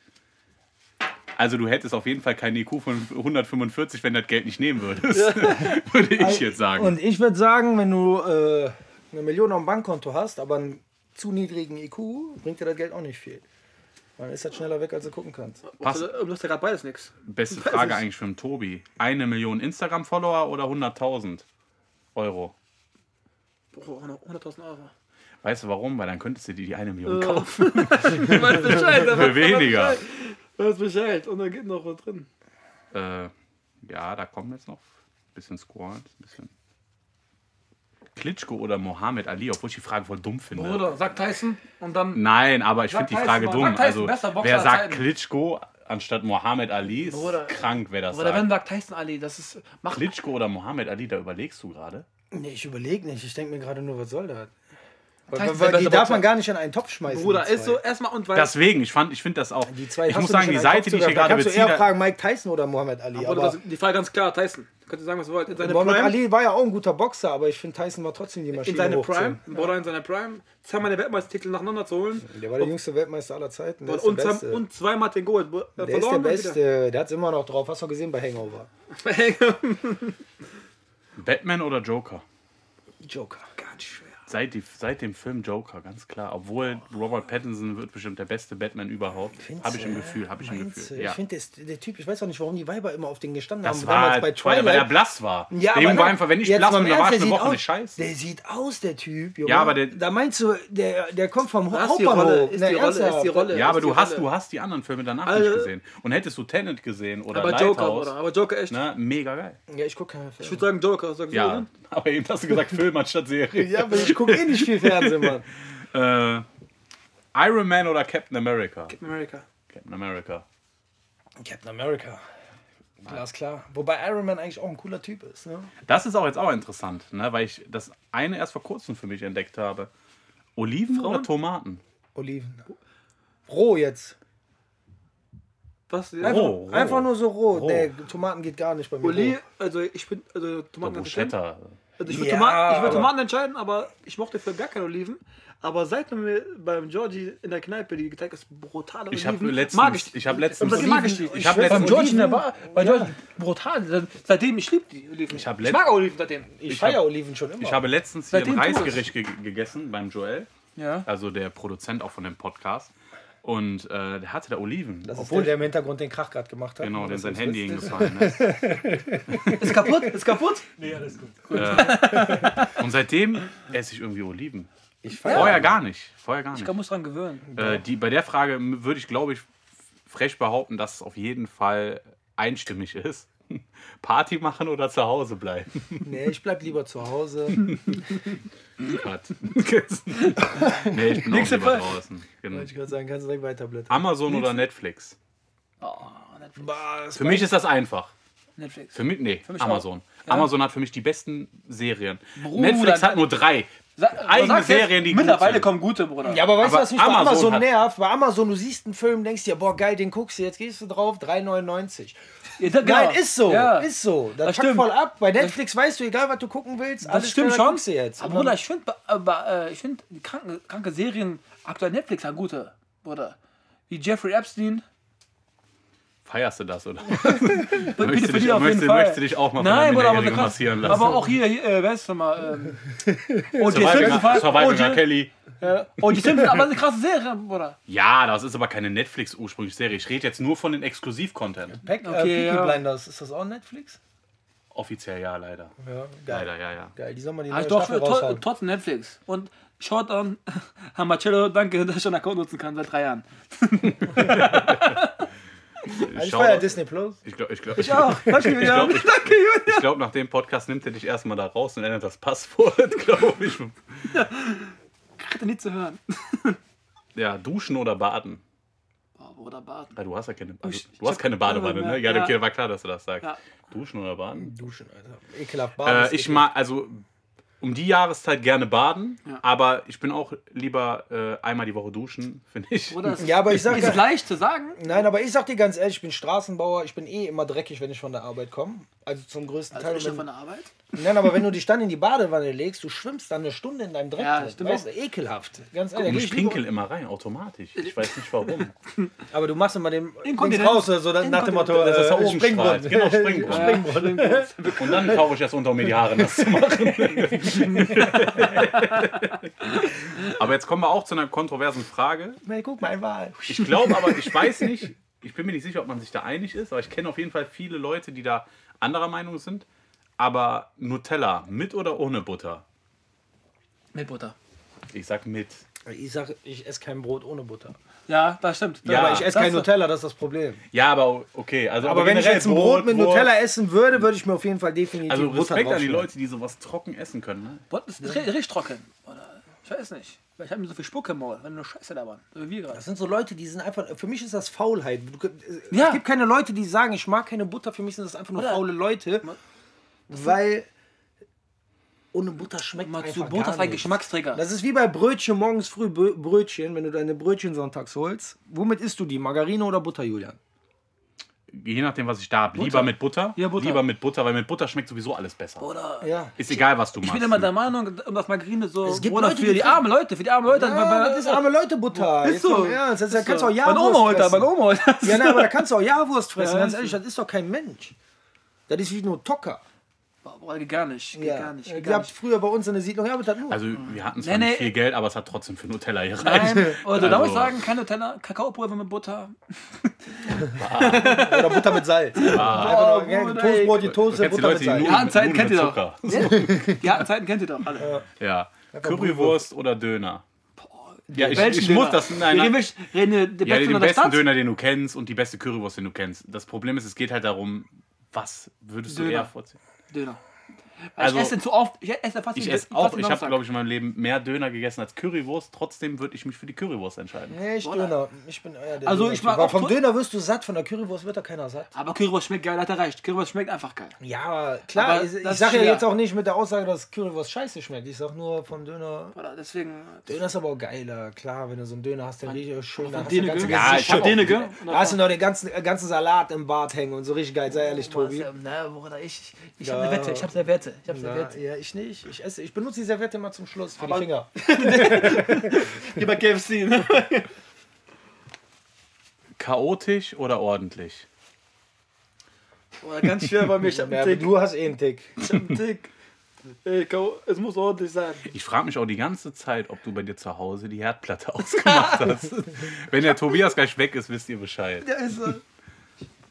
Speaker 1: Also du hättest auf jeden Fall kein IQ von 145, wenn du das Geld nicht nehmen würdest. Würde ich jetzt sagen.
Speaker 2: Und ich würde sagen, wenn du äh, eine Million auf dem Bankkonto hast, aber einen zu niedrigen IQ, bringt dir das Geld auch nicht viel. Dann ist das schneller weg, als du gucken kannst.
Speaker 1: Passt.
Speaker 3: Du du hast ja gerade beides nix.
Speaker 1: Beste Frage eigentlich für den Tobi. Eine Million Instagram-Follower oder 100.000 Euro?
Speaker 3: Boah, 100.000 Euro.
Speaker 1: Weißt du warum? Weil dann könntest du dir die eine Million
Speaker 3: Ja.
Speaker 1: kaufen.
Speaker 3: Du weißt Bescheid, aber
Speaker 1: Für weniger.
Speaker 3: du weißt Bescheid. Und dann geht noch was drin.
Speaker 1: Äh, ja, da kommen jetzt noch ein bisschen Squad, ein bisschen. Klitschko oder Mohammed Ali, obwohl ich die Frage voll dumm finde.
Speaker 3: Bruder, sag Tyson und dann.
Speaker 1: Nein, aber ich finde
Speaker 3: Sag
Speaker 1: die
Speaker 3: Tyson,
Speaker 1: Frage
Speaker 3: Mann.
Speaker 1: dumm.
Speaker 3: Sag Tyson,
Speaker 1: Also,
Speaker 3: bester Boxer
Speaker 1: wer
Speaker 3: aller
Speaker 1: sagt
Speaker 3: Zeiten.
Speaker 1: Klitschko anstatt Mohammed Ali? Ist
Speaker 3: Bruder.
Speaker 1: krank, wer das
Speaker 3: Oder
Speaker 1: sagt.
Speaker 3: wenn sagt Tyson Ali, das ist. Mach
Speaker 1: Klitschko oder Mohammed Ali, da überlegst du gerade.
Speaker 2: Nee, ich überlege nicht. Ich denke mir gerade nur, was soll das? Weil, weil,
Speaker 3: Tyson,
Speaker 2: weil
Speaker 3: der
Speaker 2: die
Speaker 3: beste
Speaker 2: darf
Speaker 3: Boxer.
Speaker 2: man gar nicht in einen Topf schmeißen.
Speaker 3: Bruder,
Speaker 2: die
Speaker 3: ist
Speaker 2: zwei.
Speaker 3: so erstmal und weil.
Speaker 1: Deswegen, ich, fand- ich finde das auch.
Speaker 2: Die zwei
Speaker 1: ich
Speaker 2: hast
Speaker 1: muss
Speaker 2: du nicht
Speaker 1: sagen,
Speaker 2: in
Speaker 1: die
Speaker 2: einen
Speaker 1: Seite,
Speaker 2: Topf
Speaker 1: die ich
Speaker 2: zu
Speaker 1: hier
Speaker 2: werfen. Da
Speaker 1: gerade
Speaker 2: kannst du eher
Speaker 1: beziehe,
Speaker 2: fragen, Mike Tyson oder Mohammed Ali.
Speaker 3: Bruder,
Speaker 2: aber
Speaker 3: das, die Frage ganz klar, Tyson. Könnt ihr sagen, was ihr wollt. In seiner
Speaker 2: Mohammed
Speaker 3: Prime,
Speaker 2: Ali war ja auch ein guter Boxer, aber ich finde, Tyson war trotzdem die Maschine.
Speaker 3: in seiner Prime,
Speaker 2: hochziehen.
Speaker 3: Bruder in seiner Prime, zweimal den Weltmeistertitel nacheinander zu holen.
Speaker 2: Der war der jüngste Weltmeister aller Zeiten. Der
Speaker 3: Und,
Speaker 2: ist der
Speaker 3: und, zwei,
Speaker 2: Beste.
Speaker 3: und zweimal den Gold. Bro- äh,
Speaker 2: der ist der
Speaker 3: verloren und <laughs>
Speaker 2: Beste. Der hat es immer noch drauf. Hast du gesehen bei Hangover?
Speaker 3: wieder-
Speaker 1: Batman oder Joker?
Speaker 2: Joker.
Speaker 3: Ganz schwer.
Speaker 1: Seit, die, seit dem Film Joker, ganz klar. Obwohl Robert Pattinson wird bestimmt der beste Batman überhaupt. Habe ich im Gefühl, habe ich im
Speaker 2: Meinst du?
Speaker 1: Gefühl. Ja.
Speaker 2: Ich finde, der, ist- der Typ, ich weiß auch nicht, warum die Weiber immer auf den gestanden
Speaker 1: Das
Speaker 2: haben.
Speaker 1: war,
Speaker 2: bei
Speaker 1: weil, er- weil er
Speaker 2: Twilight.
Speaker 1: blass war.
Speaker 2: Ja,
Speaker 1: der
Speaker 2: aber
Speaker 1: Junge war
Speaker 2: nein,
Speaker 1: einfach, wenn ich
Speaker 2: jetzt
Speaker 1: blass
Speaker 2: mal
Speaker 1: bin,
Speaker 2: im
Speaker 1: dann war ich
Speaker 2: Ernst,
Speaker 1: eine
Speaker 2: der
Speaker 1: Woche nicht
Speaker 2: sieht aus-
Speaker 1: scheiße.
Speaker 2: Der sieht aus, der Typ. Junge.
Speaker 1: Ja, aber der-
Speaker 2: da meinst du, der, der kommt vom
Speaker 3: Das ist die Rolle,
Speaker 2: Hauptbahnhof.
Speaker 3: ist
Speaker 2: Ne,
Speaker 3: die Rolle, ist
Speaker 2: ernsthaft.
Speaker 3: die Rolle.
Speaker 1: Ja, aber
Speaker 3: ist die
Speaker 1: du hast,
Speaker 3: Rolle.
Speaker 1: du hast die anderen Filme danach
Speaker 3: Alle-
Speaker 1: nicht gesehen. Und hättest du Tenet gesehen oder
Speaker 3: Aber
Speaker 1: Lighthouse,
Speaker 3: Joker, Bruder. Aber Joker echt.
Speaker 1: ne? mega geil.
Speaker 2: Ja, ich gucke keine
Speaker 3: Ich
Speaker 2: Filme.
Speaker 3: würde sagen Joker. Sag so,
Speaker 1: Ja, <laughs>
Speaker 3: ne?
Speaker 1: aber eben hast du gesagt Film anstatt Serie.
Speaker 2: Ja, aber ich gucke eh nicht viel Fernsehen, Mann.
Speaker 1: Äh, Iron Man oder Captain America?
Speaker 3: America.
Speaker 1: Captain America.
Speaker 2: Captain America. Glas klar. Wobei Iron Man eigentlich auch ein cooler Typ ist. Ne?
Speaker 1: Das ist auch jetzt auch interessant, ne? weil ich das eine erst vor kurzem für mich entdeckt habe. Oliven oder Tomaten?
Speaker 2: Oliven. Roh jetzt.
Speaker 3: Was?
Speaker 1: Roh,
Speaker 3: Einfach
Speaker 1: roh.
Speaker 2: Einfach nur so roh.
Speaker 1: Roh.
Speaker 2: Nee, Tomaten geht gar nicht bei mir.
Speaker 3: Oli,
Speaker 2: roh.
Speaker 3: also ich bin, also Tomaten
Speaker 1: Oder
Speaker 3: ganz bestimmt.
Speaker 1: Bruschetta.
Speaker 3: Also ich würde
Speaker 2: Ja,
Speaker 3: Tomaten, ich würd
Speaker 2: aber-
Speaker 3: Tomaten entscheiden, aber ich mochte für gar keine Oliven. Aber seit wir beim Georgie in der Kneipe, die gezeigt ist, brutale
Speaker 1: Ich
Speaker 3: Oliven,
Speaker 1: habe
Speaker 3: mag
Speaker 1: letztens,
Speaker 3: ich die.
Speaker 1: ich hab letztens,
Speaker 3: Aber die mag ich die.
Speaker 1: ich hab
Speaker 2: Ich- Oliven-
Speaker 3: Beim
Speaker 1: letztens,
Speaker 3: Georgie in der Bar, bei Georgie, brutal. Seitdem, ich liebe die Oliven. Ich,
Speaker 1: hab
Speaker 3: mag Oliven seitdem.
Speaker 2: Ich
Speaker 1: ich hab-
Speaker 2: feiere Oliven schon immer.
Speaker 1: ich habe letztens hier ein
Speaker 3: Seitdem du es-
Speaker 1: Reisgericht ge gegessen beim Joel,
Speaker 3: Ja.
Speaker 1: also der Produzent auch von dem Podcast. Und äh, der hatte da Oliven.
Speaker 2: das ist
Speaker 1: obwohl
Speaker 2: der, der im Hintergrund den Krach gerade gemacht hat.
Speaker 1: Genau,
Speaker 2: Nur,
Speaker 1: denn
Speaker 2: dass
Speaker 1: sein
Speaker 2: du's
Speaker 1: Handy
Speaker 2: wisst.
Speaker 1: hingefallen ne? ist.
Speaker 3: Ist kaputt? Ist kaputt?
Speaker 1: Und seitdem esse ich irgendwie Oliven.
Speaker 2: Ich feiere.
Speaker 1: Vorher gar nicht. Vorher gar nicht.
Speaker 3: <laughs> Ich muss dran gewöhnen.
Speaker 1: Äh, die, bei der Frage m- würde ich, glaube ich, frech behaupten, dass es auf jeden Fall einstimmig ist. <laughs> Party machen oder zu Hause bleiben.
Speaker 2: Nee, ich bleib lieber zu
Speaker 1: <laughs>
Speaker 2: Hause.
Speaker 1: Cut. nee, ich bin auch
Speaker 3: Nächste
Speaker 1: lieber
Speaker 3: Frage.
Speaker 1: draußen. Genau.
Speaker 2: Wollte ich gerade sagen, kannst du direkt weiterblättern.
Speaker 1: Amazon oder Netflix?
Speaker 3: Oh,
Speaker 2: Bah, das
Speaker 1: Für mich ist das einfach.
Speaker 3: Netflix.
Speaker 1: Für mich, nee,
Speaker 3: mich
Speaker 1: Amazon. Amazon hat für mich die besten Serien.
Speaker 3: Bruder,
Speaker 1: Netflix hat nur drei.
Speaker 3: Sa
Speaker 1: Eigene
Speaker 3: sag's jetzt,
Speaker 1: Serien, die gut
Speaker 3: Mittlerweile
Speaker 1: sind.
Speaker 3: kommen gute, Bruder.
Speaker 2: Ja, aber weißt
Speaker 1: Aber
Speaker 2: du, was mich bei
Speaker 1: Amazon
Speaker 2: Amazon
Speaker 1: hat-
Speaker 2: nervt? Bei Amazon, du siehst einen Film, denkst dir, boah, geil, den guckst du, jetzt gehst du drauf, 3,99.
Speaker 3: Ja, da-
Speaker 2: Nein,
Speaker 3: ja.
Speaker 2: ist so,
Speaker 3: genau. Ja.
Speaker 2: ist so. Das,
Speaker 3: Das
Speaker 2: packt
Speaker 3: stimmt.
Speaker 2: voll ab. Bei Netflix weißt du, egal was du gucken willst,
Speaker 3: Das
Speaker 2: alles
Speaker 3: stimmt
Speaker 2: schneller
Speaker 3: schon.
Speaker 2: guckst du jetzt.
Speaker 3: Aber Bruder, ich finde äh, ich find kranke, kranke Serien aktuell Netflix haben gute, Bruder. Wie Jeffrey Epstein.
Speaker 1: Feierst du das,
Speaker 3: <laughs>
Speaker 1: oder?
Speaker 3: Bitte
Speaker 1: möchtest,
Speaker 3: für
Speaker 1: du dich,
Speaker 3: dich auf jeden
Speaker 1: möchtest,
Speaker 3: Fall.
Speaker 1: möchtest du dich auch mal
Speaker 3: Nein,
Speaker 1: von
Speaker 3: Bruder,
Speaker 1: einer
Speaker 3: aber, so
Speaker 1: Minderjährigen
Speaker 3: krass.
Speaker 1: massieren lassen?
Speaker 3: aber auch hier, hier, äh, wer ist denn mal?
Speaker 2: <laughs>
Speaker 3: Ähm, und die Simpsons.
Speaker 1: Surviving, Surviving R.
Speaker 3: Und die,
Speaker 1: Kelly.
Speaker 3: ja, und die Simpsons, aber eine krasse Serie, Bruder.
Speaker 1: Ja, das ist aber keine Netflix ursprüngliche Serie. Ich rede jetzt nur von den Exklusiv-Content.
Speaker 2: Pack, äh,
Speaker 3: Okay,
Speaker 2: Peaky
Speaker 3: ja.
Speaker 2: Blinders, ist das auch Netflix?
Speaker 1: Offiziell ja, leider.
Speaker 2: Ja,
Speaker 1: Leider, ja, ja.
Speaker 2: Geil, die soll man die
Speaker 3: Ah,
Speaker 2: neue
Speaker 3: doch,
Speaker 2: Staffel
Speaker 3: to-
Speaker 2: raushauen.
Speaker 3: trotzdem Netflix. Und schaut an, <laughs> an Marcello, danke, dass ich einen Account nutzen kann seit drei Jahren. Also
Speaker 2: Ich
Speaker 1: Shoutout.
Speaker 2: feiere Disney Plus.
Speaker 1: Ich glaube, ich glaube,
Speaker 2: <laughs>
Speaker 3: Ich auch. Danke, Julian.
Speaker 1: glaub, ich-
Speaker 3: Danke, Julian.
Speaker 1: <laughs> Ich glaube, nach dem Podcast nimmt er dich erstmal da raus und ändert das Passwort, <laughs> glaube ich.
Speaker 3: Hatte nie zu hören.
Speaker 1: Ja, duschen oder baden?
Speaker 3: Boah, Bruder, Baden.
Speaker 1: Ah, du hast ja keine,
Speaker 3: Ich-
Speaker 1: also,
Speaker 3: ich
Speaker 1: du hast
Speaker 3: hab
Speaker 1: keine
Speaker 3: keine
Speaker 1: Badewanne,
Speaker 3: mehr.
Speaker 1: ne? Ja,
Speaker 3: Ja.
Speaker 1: okay, war klar, dass du das sagst.
Speaker 3: Ja.
Speaker 1: Duschen oder baden?
Speaker 2: Duschen, Alter. Ekelhaft. Baden ist
Speaker 1: Äh, ich
Speaker 2: ekelhaft.
Speaker 1: mag, also um die Jahreszeit gerne baden,
Speaker 3: Ja.
Speaker 1: aber ich bin auch lieber äh, einmal die Woche duschen, <laughs> finde ich.
Speaker 3: Bruder, es
Speaker 2: Ja, aber
Speaker 1: <laughs>
Speaker 2: ich sag
Speaker 3: ist
Speaker 2: ja,
Speaker 3: leicht zu sagen.
Speaker 2: Nein, aber ich sag dir ganz ehrlich, ich bin Straßenbauer, ich bin eh immer dreckig, wenn ich von der Arbeit komme. Also zum größten
Speaker 3: Also
Speaker 2: Teil.
Speaker 3: ich
Speaker 2: wenn-
Speaker 3: von der Arbeit.
Speaker 2: Nein, aber wenn du dich dann in die Badewanne legst, du schwimmst dann eine Stunde in deinem Dreck.
Speaker 3: Ja,
Speaker 2: drin.
Speaker 3: stimmt
Speaker 2: weißt du, ekelhaft. Ganz
Speaker 1: Und
Speaker 2: ehrlich.
Speaker 1: ich pinkel immer rein, automatisch. Ich weiß nicht warum.
Speaker 2: Aber du machst immer den
Speaker 3: Inkontinenz.
Speaker 2: Dings raus, so dann nach dem Motto,
Speaker 3: Inkontinenz.
Speaker 1: Das ist
Speaker 2: äh,
Speaker 1: auch Springbrunnen.
Speaker 2: Springbrunnen. <laughs>
Speaker 1: Genau, Springbrunnen. Und dann tauche ich erst unter, um mir die Haare nass zu machen. aber jetzt kommen wir auch zu einer kontroversen Frage.
Speaker 2: Hey, guck mal, ein Wal.
Speaker 1: Ich glaube aber, ich weiß nicht, ich bin mir nicht sicher, ob man sich da einig ist, aber ich kenne auf jeden Fall viele Leute, die da anderer Meinung sind. Aber Nutella, mit oder ohne Butter?
Speaker 3: Mit Butter.
Speaker 1: Ich sag mit.
Speaker 2: Ich sag, ich esse kein Brot ohne Butter.
Speaker 3: Ja, das stimmt.
Speaker 1: Ja,
Speaker 2: Aber ich esse
Speaker 3: das-
Speaker 2: kein Nutella, das ist das Problem.
Speaker 1: Ja, aber okay. Also,
Speaker 2: Aber, wenn ich
Speaker 1: generell
Speaker 2: jetzt ein Brot, mit
Speaker 1: Wurst-
Speaker 2: Nutella essen würde, würde ich mir auf jeden Fall definitiv
Speaker 1: Also
Speaker 2: Butter
Speaker 1: Respekt an die
Speaker 2: draufschmieren.
Speaker 1: Leute, die sowas trocken essen können. Ne?
Speaker 3: Boah, das ist ri- richtig trocken. Oder, ich weiß nicht. Vielleicht haben die so viel Spucke im Maul, wenn nur Scheiße da waren. So wie wir gerade.
Speaker 2: Das sind so Leute, die sind einfach. Für mich ist das Faulheit. Du, äh,
Speaker 3: Ja.
Speaker 2: Es gibt keine Leute, die sagen, ich mag keine Butter. Für mich sind das einfach nur
Speaker 3: Oder-
Speaker 2: faule Leute. Weil ohne Butter schmeckt
Speaker 3: Mal
Speaker 2: man
Speaker 3: zu
Speaker 2: einfach
Speaker 3: Butter ist
Speaker 2: gar
Speaker 3: ein
Speaker 2: nichts.
Speaker 3: Geschmacksträger.
Speaker 2: Das ist wie bei Brötchen morgens früh Brö- Brötchen, wenn du deine Brötchen sonntags holst. Womit isst du die? Margarine oder Butter, Julian?
Speaker 1: Je nachdem, was ich da habe. Lieber mit Butter,
Speaker 3: Ja, Butter.
Speaker 1: Lieber mit Butter, weil mit Butter schmeckt sowieso alles besser.
Speaker 3: Oder
Speaker 2: Ja.
Speaker 1: Ist egal, was du
Speaker 3: ich
Speaker 1: machst.
Speaker 3: bin immer der Meinung, um das Margarine so.
Speaker 2: Es gibt
Speaker 3: oder
Speaker 2: Leute,
Speaker 3: für
Speaker 2: die
Speaker 3: die,
Speaker 2: kriegen-
Speaker 3: armen Leute, für die armen Leute. weil- weil-
Speaker 2: das ist arme Leute Butter.
Speaker 3: <laughs> Ist
Speaker 2: Jetzt
Speaker 3: so.
Speaker 2: mal- Ja, das das kannst du auch
Speaker 3: Meine Oma
Speaker 2: Jahrwurst
Speaker 3: holt das,
Speaker 2: fressen.
Speaker 3: meine Oma holt
Speaker 2: <laughs>
Speaker 3: das.
Speaker 2: Ja, nein, aber da kannst du auch Jahrwurst fressen.
Speaker 3: Ja,
Speaker 2: Ganz
Speaker 3: ist
Speaker 2: ehrlich, das ist doch kein Mensch. Das ist wie nur Tocker.
Speaker 3: Boah, boah, geht gar nicht. Geht gar nicht. Geht
Speaker 2: Ihr
Speaker 3: gar
Speaker 2: habt
Speaker 3: nicht.
Speaker 2: früher bei uns in der Siedlung, ja, mit das nur.
Speaker 1: Also wir hatten zwar
Speaker 3: Nee,
Speaker 1: nicht
Speaker 3: nee.
Speaker 1: viel Geld, aber es hat trotzdem für Nutella gereicht.
Speaker 3: Nein, <laughs> also, da muss
Speaker 1: Also-
Speaker 3: ich sagen, kein Nutella, Kakaopulver mit Butter.
Speaker 2: Oder Butter mit <laughs> Salz. Einfach nur,
Speaker 3: Bruder, ey.
Speaker 2: Toastbrot, die
Speaker 1: Du
Speaker 2: Toaste,
Speaker 1: kennst die
Speaker 2: Butter
Speaker 1: Leute,
Speaker 2: mit
Speaker 1: die
Speaker 2: Salz.
Speaker 1: Nudeln,
Speaker 3: Ja, an Zeiten
Speaker 1: Nudeln
Speaker 3: kennt
Speaker 1: mit
Speaker 3: ihr doch
Speaker 1: Zucker.
Speaker 3: Die harten Zeiten kennt ihr doch alle.
Speaker 1: Ja. Currywurst oder Döner. Ja, ich,
Speaker 3: Welchen
Speaker 1: ich muss
Speaker 3: Döner?
Speaker 1: das. Nein,
Speaker 3: Wir
Speaker 1: nein.
Speaker 3: reden, wir reden
Speaker 1: Ja, den
Speaker 3: wir den besten Döner der
Speaker 1: besten
Speaker 3: Stadt.
Speaker 1: Döner, den du kennst und die beste Currywurst, den du kennst. Das Problem ist, es geht halt darum, was würdest du
Speaker 3: Döner.
Speaker 1: eher vorziehen?
Speaker 3: Döner.
Speaker 1: Also-
Speaker 3: ich esse zu oft. Ich esse fast
Speaker 1: Ich
Speaker 3: jeden-
Speaker 1: esse
Speaker 3: fast
Speaker 1: auch,
Speaker 3: jeden
Speaker 1: ich habe,
Speaker 3: Samstag.
Speaker 1: glaube ich, in meinem Leben mehr Döner gegessen als Currywurst. Trotzdem würde ich mich für die Currywurst entscheiden.
Speaker 2: Nee, ich Döner. Ich bin eher der
Speaker 3: Also,
Speaker 2: Döner-Typ.
Speaker 3: ich mag
Speaker 2: Weil
Speaker 3: auch
Speaker 2: Vom
Speaker 3: Tot-
Speaker 2: Döner wirst du satt, von der Currywurst wird da keiner satt.
Speaker 3: Aber Currywurst schmeckt geil, hat er recht. Currywurst schmeckt einfach geil.
Speaker 2: Ja, klar.
Speaker 3: Aber
Speaker 2: Ich, ich
Speaker 3: das ist
Speaker 2: sage ja
Speaker 3: schwer.
Speaker 2: jetzt auch nicht mit der Aussage, dass Currywurst scheiße schmeckt. Ich sag nur vom Döner.
Speaker 3: Oder deswegen.
Speaker 2: Döner ist aber auch geiler. Klar, wenn du so einen Döner hast, der riecht schön. da hast du
Speaker 3: Dänige.
Speaker 2: ganze-
Speaker 1: Ja,
Speaker 2: ganze
Speaker 1: ich hab
Speaker 2: Schatten.
Speaker 1: Dänige.
Speaker 2: Da hast du noch den ganzen, äh, ganzen Salat im Bart hängen und so richtig geil. Sei ehrlich, Tobi.
Speaker 3: Na, Bruder, ich, ich
Speaker 2: Ja.
Speaker 3: hab eine Wette, ich hab eine Wette, ich hab eine
Speaker 2: Na,
Speaker 3: Wette.
Speaker 2: ja, ich nicht. Ich esse. Ich benutze die Serviette immer zum Schluss für
Speaker 3: Aber-
Speaker 2: die Finger.
Speaker 3: Hier bei KFC, ne? <laughs>
Speaker 1: Chaotisch oder ordentlich?
Speaker 3: Oder ganz schwer bei mir, ich hab
Speaker 2: Ja,
Speaker 3: einen Tick.
Speaker 2: du hast eh einen Tick.
Speaker 3: Ich hab einen Tick. Ey, K.O., es muss ordentlich sein.
Speaker 1: Ich frage mich auch die ganze Zeit, ob du bei dir zu Hause die Herdplatte <laughs> ausgemacht
Speaker 3: <laughs>
Speaker 1: hast. Wenn der Tobias gleich weg ist, wisst ihr Bescheid.
Speaker 3: Ja, ist so.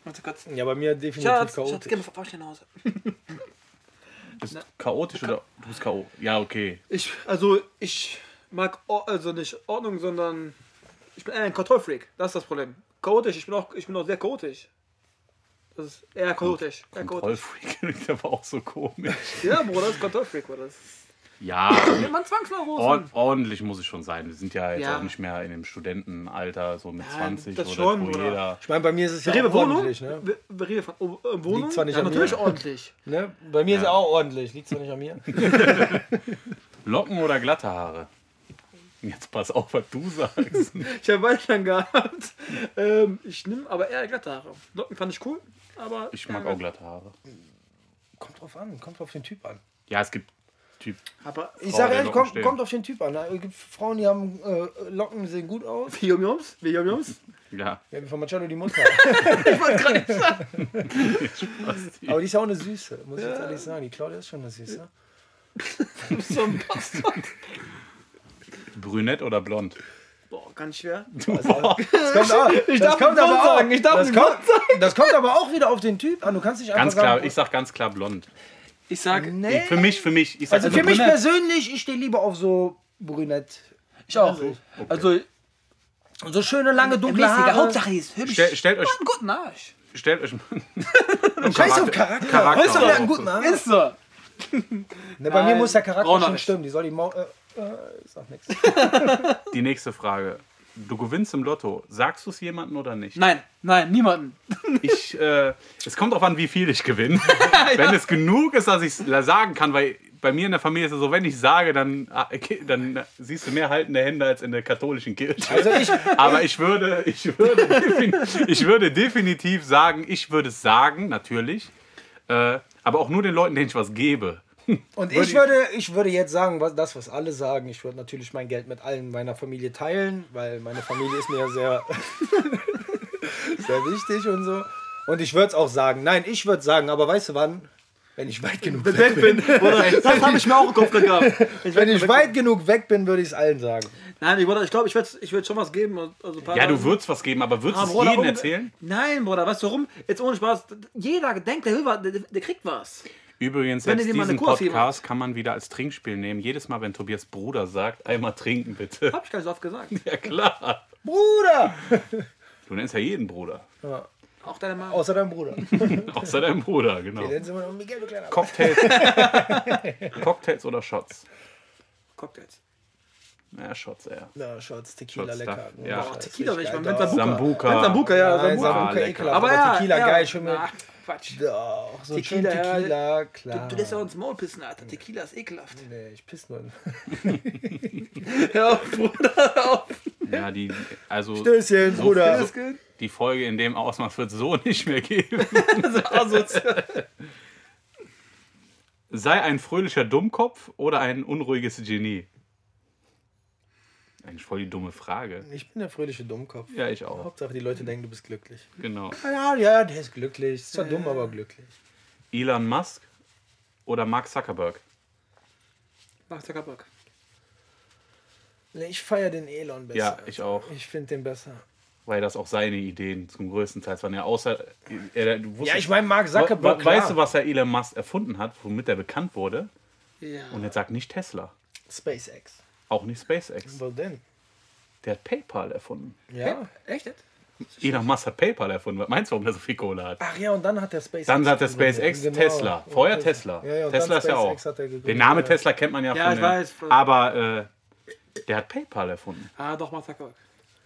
Speaker 3: Warte kurz.
Speaker 2: Ja, bei mir definitiv
Speaker 3: Schatz, Schatz,
Speaker 2: chaotisch.
Speaker 3: geh mal fahr schnell nach Hause.
Speaker 1: Bist chaotisch oder du bist K.O. Ja, okay.
Speaker 3: Ich, also, ich mag Or also nicht Ordnung, sondern ich bin eher ein Kontrollfreak. Das ist das Problem. Chaotisch, ich bin auch, ich bin auch sehr chaotisch. Das ist eher chaotisch. Eher chaotisch.
Speaker 1: Kontrollfreak <laughs> klingt aber auch so komisch.
Speaker 3: Ja, Bruder, das ist Kontrollfreak, Bruder. Das ist-
Speaker 1: Ja,
Speaker 3: <laughs> Ja, man
Speaker 2: Oh,
Speaker 3: Zwangsneurosen.
Speaker 1: ord ordentlich muss ich schon sein. Wir sind ja jetzt
Speaker 3: Ja.
Speaker 1: auch nicht mehr in dem Studentenalter, so mit
Speaker 3: Ja,
Speaker 1: 20
Speaker 3: das
Speaker 1: oder
Speaker 3: schon,
Speaker 1: wo
Speaker 3: Bruder.
Speaker 1: jeder.
Speaker 2: Ich meine, bei mir ist es ja
Speaker 3: Wir reden
Speaker 2: auch
Speaker 3: von
Speaker 2: ordentlich.
Speaker 3: Wohnung.
Speaker 2: Ne?
Speaker 3: Wir wir reden von oh, äh, Wohnung.
Speaker 2: Liegt zwar nicht
Speaker 3: ja,
Speaker 2: an mir.
Speaker 3: natürlich ordentlich.
Speaker 2: Ne? Bei mir ist es auch ordentlich. Liegt zwar nicht an mir.
Speaker 1: Locken oder glatte Haare? Jetzt pass auf, was du sagst.
Speaker 3: Ich habe beide lang gehabt. <laughs> Ähm, ich nehme aber eher glatte Haare. Locken fand ich cool, aber.
Speaker 1: Ich mag auch glatte Haare.
Speaker 2: Kommt drauf an. Kommt auf den Typ an.
Speaker 1: Ja, es gibt Typ.
Speaker 3: Aber
Speaker 2: Ich
Speaker 1: Frau,
Speaker 2: sage
Speaker 1: Oh, der
Speaker 2: ehrlich,
Speaker 1: Locken
Speaker 2: kommt,
Speaker 1: stehen.
Speaker 2: kommt auf den Typ an. ne? Es gibt Frauen, die haben äh, Locken, die sehen gut aus.
Speaker 3: wie Jumjums? Wie
Speaker 2: <laughs>
Speaker 3: Jumjums?
Speaker 1: Ja,
Speaker 2: Ja, wie von Marcello die Mutter.
Speaker 3: Ich wollte gerade nicht sagen.
Speaker 2: Aber die ist auch eine Süße, muss ich jetzt ehrlich sagen. Die Claudia ist schon eine Süße.
Speaker 3: So ein Bastard.
Speaker 1: brünett oder blond?
Speaker 3: Boah, ganz schwer.
Speaker 2: Das kommt, auch, ich das
Speaker 3: darf
Speaker 2: kommt
Speaker 3: einen Grund
Speaker 2: aber auch,
Speaker 3: sagen, ich darf
Speaker 2: das
Speaker 3: einen
Speaker 2: kommt, das kommt aber auch wieder auf den Typ an. Du kannst nicht einfach
Speaker 1: Ganz klar,
Speaker 2: sagen,
Speaker 1: ich sag ganz klar blond.
Speaker 3: Ich sag,
Speaker 2: nee.
Speaker 1: Für mich, für mich. Ich sag
Speaker 2: Also für mich
Speaker 3: brünett.
Speaker 2: persönlich, ich stehe lieber auf so brünett.
Speaker 3: ich auch.
Speaker 2: Okay.
Speaker 3: Also,
Speaker 2: Und so schöne, lange, dunkle
Speaker 3: Mäßiger.
Speaker 2: Haare.
Speaker 3: Äh, Hauptsache, die ist hübsch.
Speaker 1: Stell- stellt euch-
Speaker 3: Und einen guten Arsch.
Speaker 1: Stellt euch <laughs>
Speaker 2: Scheiß auf Charakter.
Speaker 1: Charakter.
Speaker 2: Weißt du, wer einen guten Arsch?
Speaker 3: Ist so.
Speaker 2: Ne, bei mir
Speaker 3: Nein.
Speaker 2: muss der Charakter
Speaker 3: Brauner
Speaker 2: schon
Speaker 3: ist.
Speaker 2: stimmen. Die soll die Maul... Äh, äh, ich sag nichts.
Speaker 1: die nächste Frage. Du gewinnst im Lotto. Sagst du es jemandem oder nicht?
Speaker 3: Nein, nein, niemanden.
Speaker 1: Ich, äh, es kommt auch an, wie viel ich
Speaker 3: <laughs>
Speaker 1: gewinne. Wenn es genug ist, dass ich es sagen kann, weil bei mir in der Familie ist es so, wenn ich sage, dann, ah, okay, dann siehst du mehr haltende Hände als in der katholischen Kirche.
Speaker 2: Also ich,
Speaker 1: Aber ich würde, ich würde, defin- ich würde definitiv sagen, ich würde es sagen, natürlich. Äh, aber auch nur den Leuten, denen ich was gebe.
Speaker 2: Und ich würde, ich würde jetzt sagen, was, das, was alle sagen, ich würde natürlich mein Geld mit allen meiner Familie teilen, weil meine Familie ist mir ja sehr, <laughs> sehr wichtig und so. Und ich würde es auch sagen. Nein, ich würde sagen, aber weißt du wann? Wenn ich weit genug weg bin.
Speaker 3: Oder, das habe ich mir auch im Kopf gehabt.
Speaker 2: Wenn ich weit genug weg bin, würde ich es allen sagen.
Speaker 3: Nein, ich, Bruder, ich glaube, ich werde ich werd schon was geben. Also ein paar
Speaker 1: Ja, du
Speaker 3: Tausend.
Speaker 1: würdest was geben, aber würdest
Speaker 3: Ah,
Speaker 1: du es
Speaker 3: Bruder,
Speaker 1: jedem
Speaker 3: ohne-
Speaker 1: erzählen?
Speaker 3: Nein, Bruder, weißt du warum? Jetzt ohne Spaß. Jeder denkt, der, will was, der, der kriegt was.
Speaker 1: Übrigens,
Speaker 3: Wenn
Speaker 1: jetzt
Speaker 3: ihr dir mal eine
Speaker 1: diesen
Speaker 3: Kurve jemand-
Speaker 1: Podcast kann man wieder als Trinkspiel nehmen. Jedes Mal, wenn Tobias Bruder sagt, einmal trinken bitte.
Speaker 3: <laughs> Hab ich gar nicht so oft gesagt.
Speaker 1: Ja klar.
Speaker 2: Bruder!
Speaker 1: Du nennst ja jeden Bruder.
Speaker 2: Ja,
Speaker 3: Auch deine Mama.
Speaker 2: außer deinem Bruder.
Speaker 1: Außer deinem Bruder, genau.
Speaker 2: Den sind wir noch Miguel, du kleiner
Speaker 1: Cocktails. Cocktails oder Shots?
Speaker 3: Cocktails.
Speaker 1: Ja, Shots eher.
Speaker 2: Na, Shots, Tequila,
Speaker 1: Shots,
Speaker 2: lecker.
Speaker 1: da- ja.
Speaker 2: Boah,
Speaker 1: Oh,
Speaker 3: Tequila
Speaker 2: richtig
Speaker 3: will ich mal
Speaker 2: geil,
Speaker 3: mit
Speaker 2: doch.
Speaker 3: Sambuca.
Speaker 1: Sambuca.
Speaker 3: Mit Sambuca, ja.
Speaker 2: Nein,
Speaker 3: Sambuca.
Speaker 1: Ah,
Speaker 2: Sambuca,
Speaker 1: lecker.
Speaker 2: ekelhaft.
Speaker 3: Aber ja.
Speaker 2: Tequila,
Speaker 3: ja.
Speaker 2: geil, schön mit.
Speaker 3: Ach, Quatsch.
Speaker 2: Doch, so Tequila,
Speaker 3: Tequila,
Speaker 2: schön
Speaker 3: ja.
Speaker 2: Tequila, klar.
Speaker 3: Du, du lässt ja uns Maul pissen, Alter. Tequila ist ekelhaft.
Speaker 2: <laughs> Nee, ich piss nur. in-
Speaker 3: Hör auf, Bruder. Hör auf.
Speaker 1: Ja, die, also
Speaker 2: Stößchen,
Speaker 1: so-
Speaker 2: Bruder.
Speaker 1: so- die Folge in dem Ausmaß wird so <laughs> nicht mehr geben.
Speaker 3: <laughs> Asozial.
Speaker 1: Sei ein fröhlicher Dummkopf oder ein unruhiges Genie? Eigentlich voll die dumme Frage.
Speaker 2: Ich bin der fröhliche Dummkopf.
Speaker 1: Ja, ich auch.
Speaker 2: Hauptsache, die Leute denken, du bist glücklich.
Speaker 1: Genau.
Speaker 2: Ja, ja, der ist glücklich. Ist zwar dumm, aber glücklich.
Speaker 1: Elon Musk oder Mark Zuckerberg?
Speaker 3: Mach Zuckerberg.
Speaker 2: Nee, ich feiere den Elon besser.
Speaker 1: Ja, ich auch.
Speaker 2: Ich finde den besser.
Speaker 1: Weil das auch seine Ideen zum größten Teil waren. Ja, außer. Er, du wusstest,
Speaker 2: Ja, ich meine, Mark
Speaker 1: We-
Speaker 2: Zuckerberg.
Speaker 1: we- Weißt du,
Speaker 2: klar.
Speaker 1: was er Elon Musk erfunden hat, womit er bekannt wurde?
Speaker 3: Ja.
Speaker 1: Und jetzt sagt nicht Tesla,
Speaker 2: SpaceX.
Speaker 1: auch nicht SpaceX.
Speaker 2: Wo denn?
Speaker 1: Der hat PayPal erfunden.
Speaker 2: Ja.
Speaker 3: Echt? jetzt?
Speaker 1: Elon Musk hat PayPal erfunden. Was meinst du, warum er so viel Kohle hat?
Speaker 2: Ach ja, und dann hat der SpaceX.
Speaker 1: Dann hat der
Speaker 2: gegründet.
Speaker 1: SpaceX
Speaker 2: Genau.
Speaker 1: Tesla. Vorher
Speaker 2: Und-
Speaker 1: Tesla.
Speaker 2: Ja, ja, und
Speaker 1: Tesla
Speaker 2: dann
Speaker 1: ist ja auch.
Speaker 2: SpaceX hat er gegründet,
Speaker 1: Den Namen
Speaker 2: ja.
Speaker 1: Tesla kennt man ja,
Speaker 3: Ja,
Speaker 1: von
Speaker 3: ich
Speaker 1: den,
Speaker 3: weiß.
Speaker 1: Aber äh, der hat PayPal erfunden.
Speaker 3: Ah, doch, mach Zuckerberg.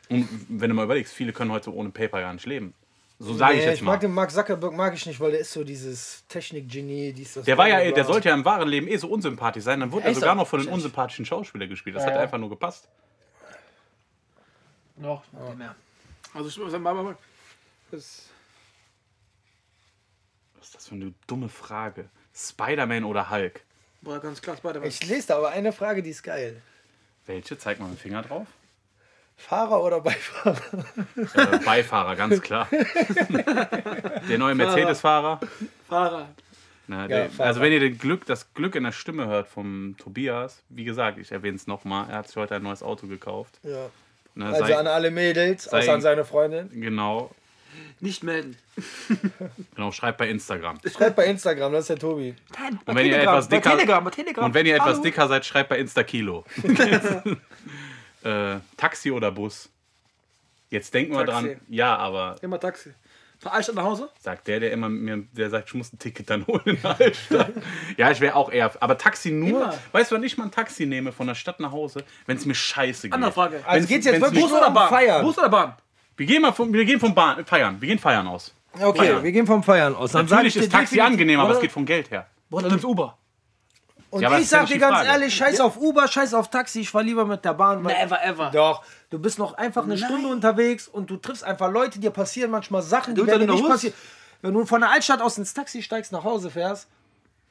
Speaker 1: Und wenn du mal überlegst, viele können heute ohne PayPal gar nicht leben. So sage ich
Speaker 2: Nee,
Speaker 1: jetzt
Speaker 2: ich
Speaker 1: mal.
Speaker 2: mag den Mark Zuckerberg mag ich nicht, weil der ist so dieses Technik-Genie. dies, das,
Speaker 1: Der war ja,
Speaker 2: bla,
Speaker 1: ey,
Speaker 2: bla,
Speaker 1: der
Speaker 2: bla.
Speaker 1: sollte ja im wahren Leben eh so unsympathisch sein. Dann wurde er
Speaker 2: Ist er.
Speaker 1: sogar noch von einem unsympathischen Schauspieler gespielt. Das hat einfach nur gepasst.
Speaker 3: Doch, ja. mehr. Also, ich sag mal, mal, mal. Das
Speaker 1: Was ist das für eine dumme Frage? Spider-Man oder Hulk?
Speaker 3: war ganz klar Spider-Man.
Speaker 2: Ich lese da aber eine Frage, die ist geil.
Speaker 1: Welche? Zeig mal mit dem Finger drauf.
Speaker 2: Fahrer oder Beifahrer?
Speaker 1: Äh, Beifahrer, ganz
Speaker 2: <laughs>
Speaker 1: klar. der neue Mercedes-Fahrer.
Speaker 3: Fahrer.
Speaker 1: Na,
Speaker 2: Ja,
Speaker 1: der-
Speaker 2: Fahrer.
Speaker 1: also wenn ihr den Glück, das Glück in der Stimme hört vom Tobias, wie gesagt, ich erwähne es nochmal, er hat sich heute ein neues Auto gekauft.
Speaker 2: Ja.
Speaker 1: Ne,
Speaker 2: Also
Speaker 1: sei,
Speaker 2: an alle Mädels,
Speaker 1: sei-
Speaker 2: außer an seine Freundin.
Speaker 1: genau,
Speaker 3: Nicht melden.
Speaker 1: genau, schreibt bei Instagram.
Speaker 2: Schreibt halt bei Instagram, das ist der Tobi.
Speaker 3: Nein,
Speaker 1: Und wenn ihr etwas
Speaker 3: bei
Speaker 1: dicker-
Speaker 3: Telegram, bei Telegram.
Speaker 1: Und wenn ihr etwas
Speaker 3: Hallo.
Speaker 1: dicker seid, schreibt bei
Speaker 2: <laughs>
Speaker 1: Instakilo. <laughs> äh, Taxi oder Bus? Jetzt denken wir
Speaker 3: Taxi.
Speaker 1: dran, ja, aber
Speaker 3: Immer Taxi. Von Altstadt nach Hause?
Speaker 1: Sagt der, der immer mir, der sagt, ich muss ein Ticket dann <laughs> holen in der Altstadt. ja, ich wäre auch eher. Aber Taxi nur.
Speaker 3: Immer.
Speaker 1: Weißt du, wenn ich mal ein Taxi nehme von der Stadt nach Hause, wenn es mir scheiße geht.
Speaker 3: Andere Frage.
Speaker 2: Also geht's jetzt
Speaker 1: wenn's
Speaker 2: wirklich
Speaker 3: Bus
Speaker 1: nicht-
Speaker 2: nur
Speaker 3: oder
Speaker 2: um
Speaker 3: Bahn?
Speaker 2: Feiern?
Speaker 3: Bus oder Bahn?
Speaker 1: Wir gehen mal vom, wir gehen vom Bahn, feiern. Wir gehen feiern aus.
Speaker 2: Okay,
Speaker 1: Feiern.
Speaker 2: wir gehen vom Feiern aus. Dann
Speaker 1: Natürlich
Speaker 2: sag
Speaker 1: ist
Speaker 2: ich dir
Speaker 1: Taxi
Speaker 2: definitiv-
Speaker 1: angenehmer, aber es
Speaker 2: Oder?
Speaker 1: geht vom Geld her.
Speaker 3: Boah, dann nimmst Uber.
Speaker 2: Und
Speaker 1: Ja, aber
Speaker 2: ich
Speaker 1: das ist ja
Speaker 2: sag
Speaker 1: nicht
Speaker 2: dir
Speaker 1: die
Speaker 2: ganz
Speaker 1: Frage.
Speaker 2: ehrlich, scheiß auf Uber, scheiß auf Taxi, ich fahr lieber mit der Bahn. weil-
Speaker 3: Never ever.
Speaker 2: Doch, du bist noch einfach eine Stunde unterwegs und du triffst einfach Leute, dir passieren manchmal Sachen, die
Speaker 3: Du
Speaker 2: werden dir
Speaker 3: unter
Speaker 2: nicht
Speaker 3: den
Speaker 2: passieren.
Speaker 3: Hus?
Speaker 2: Wenn du von der Altstadt aus ins Taxi steigst, nach Hause fährst,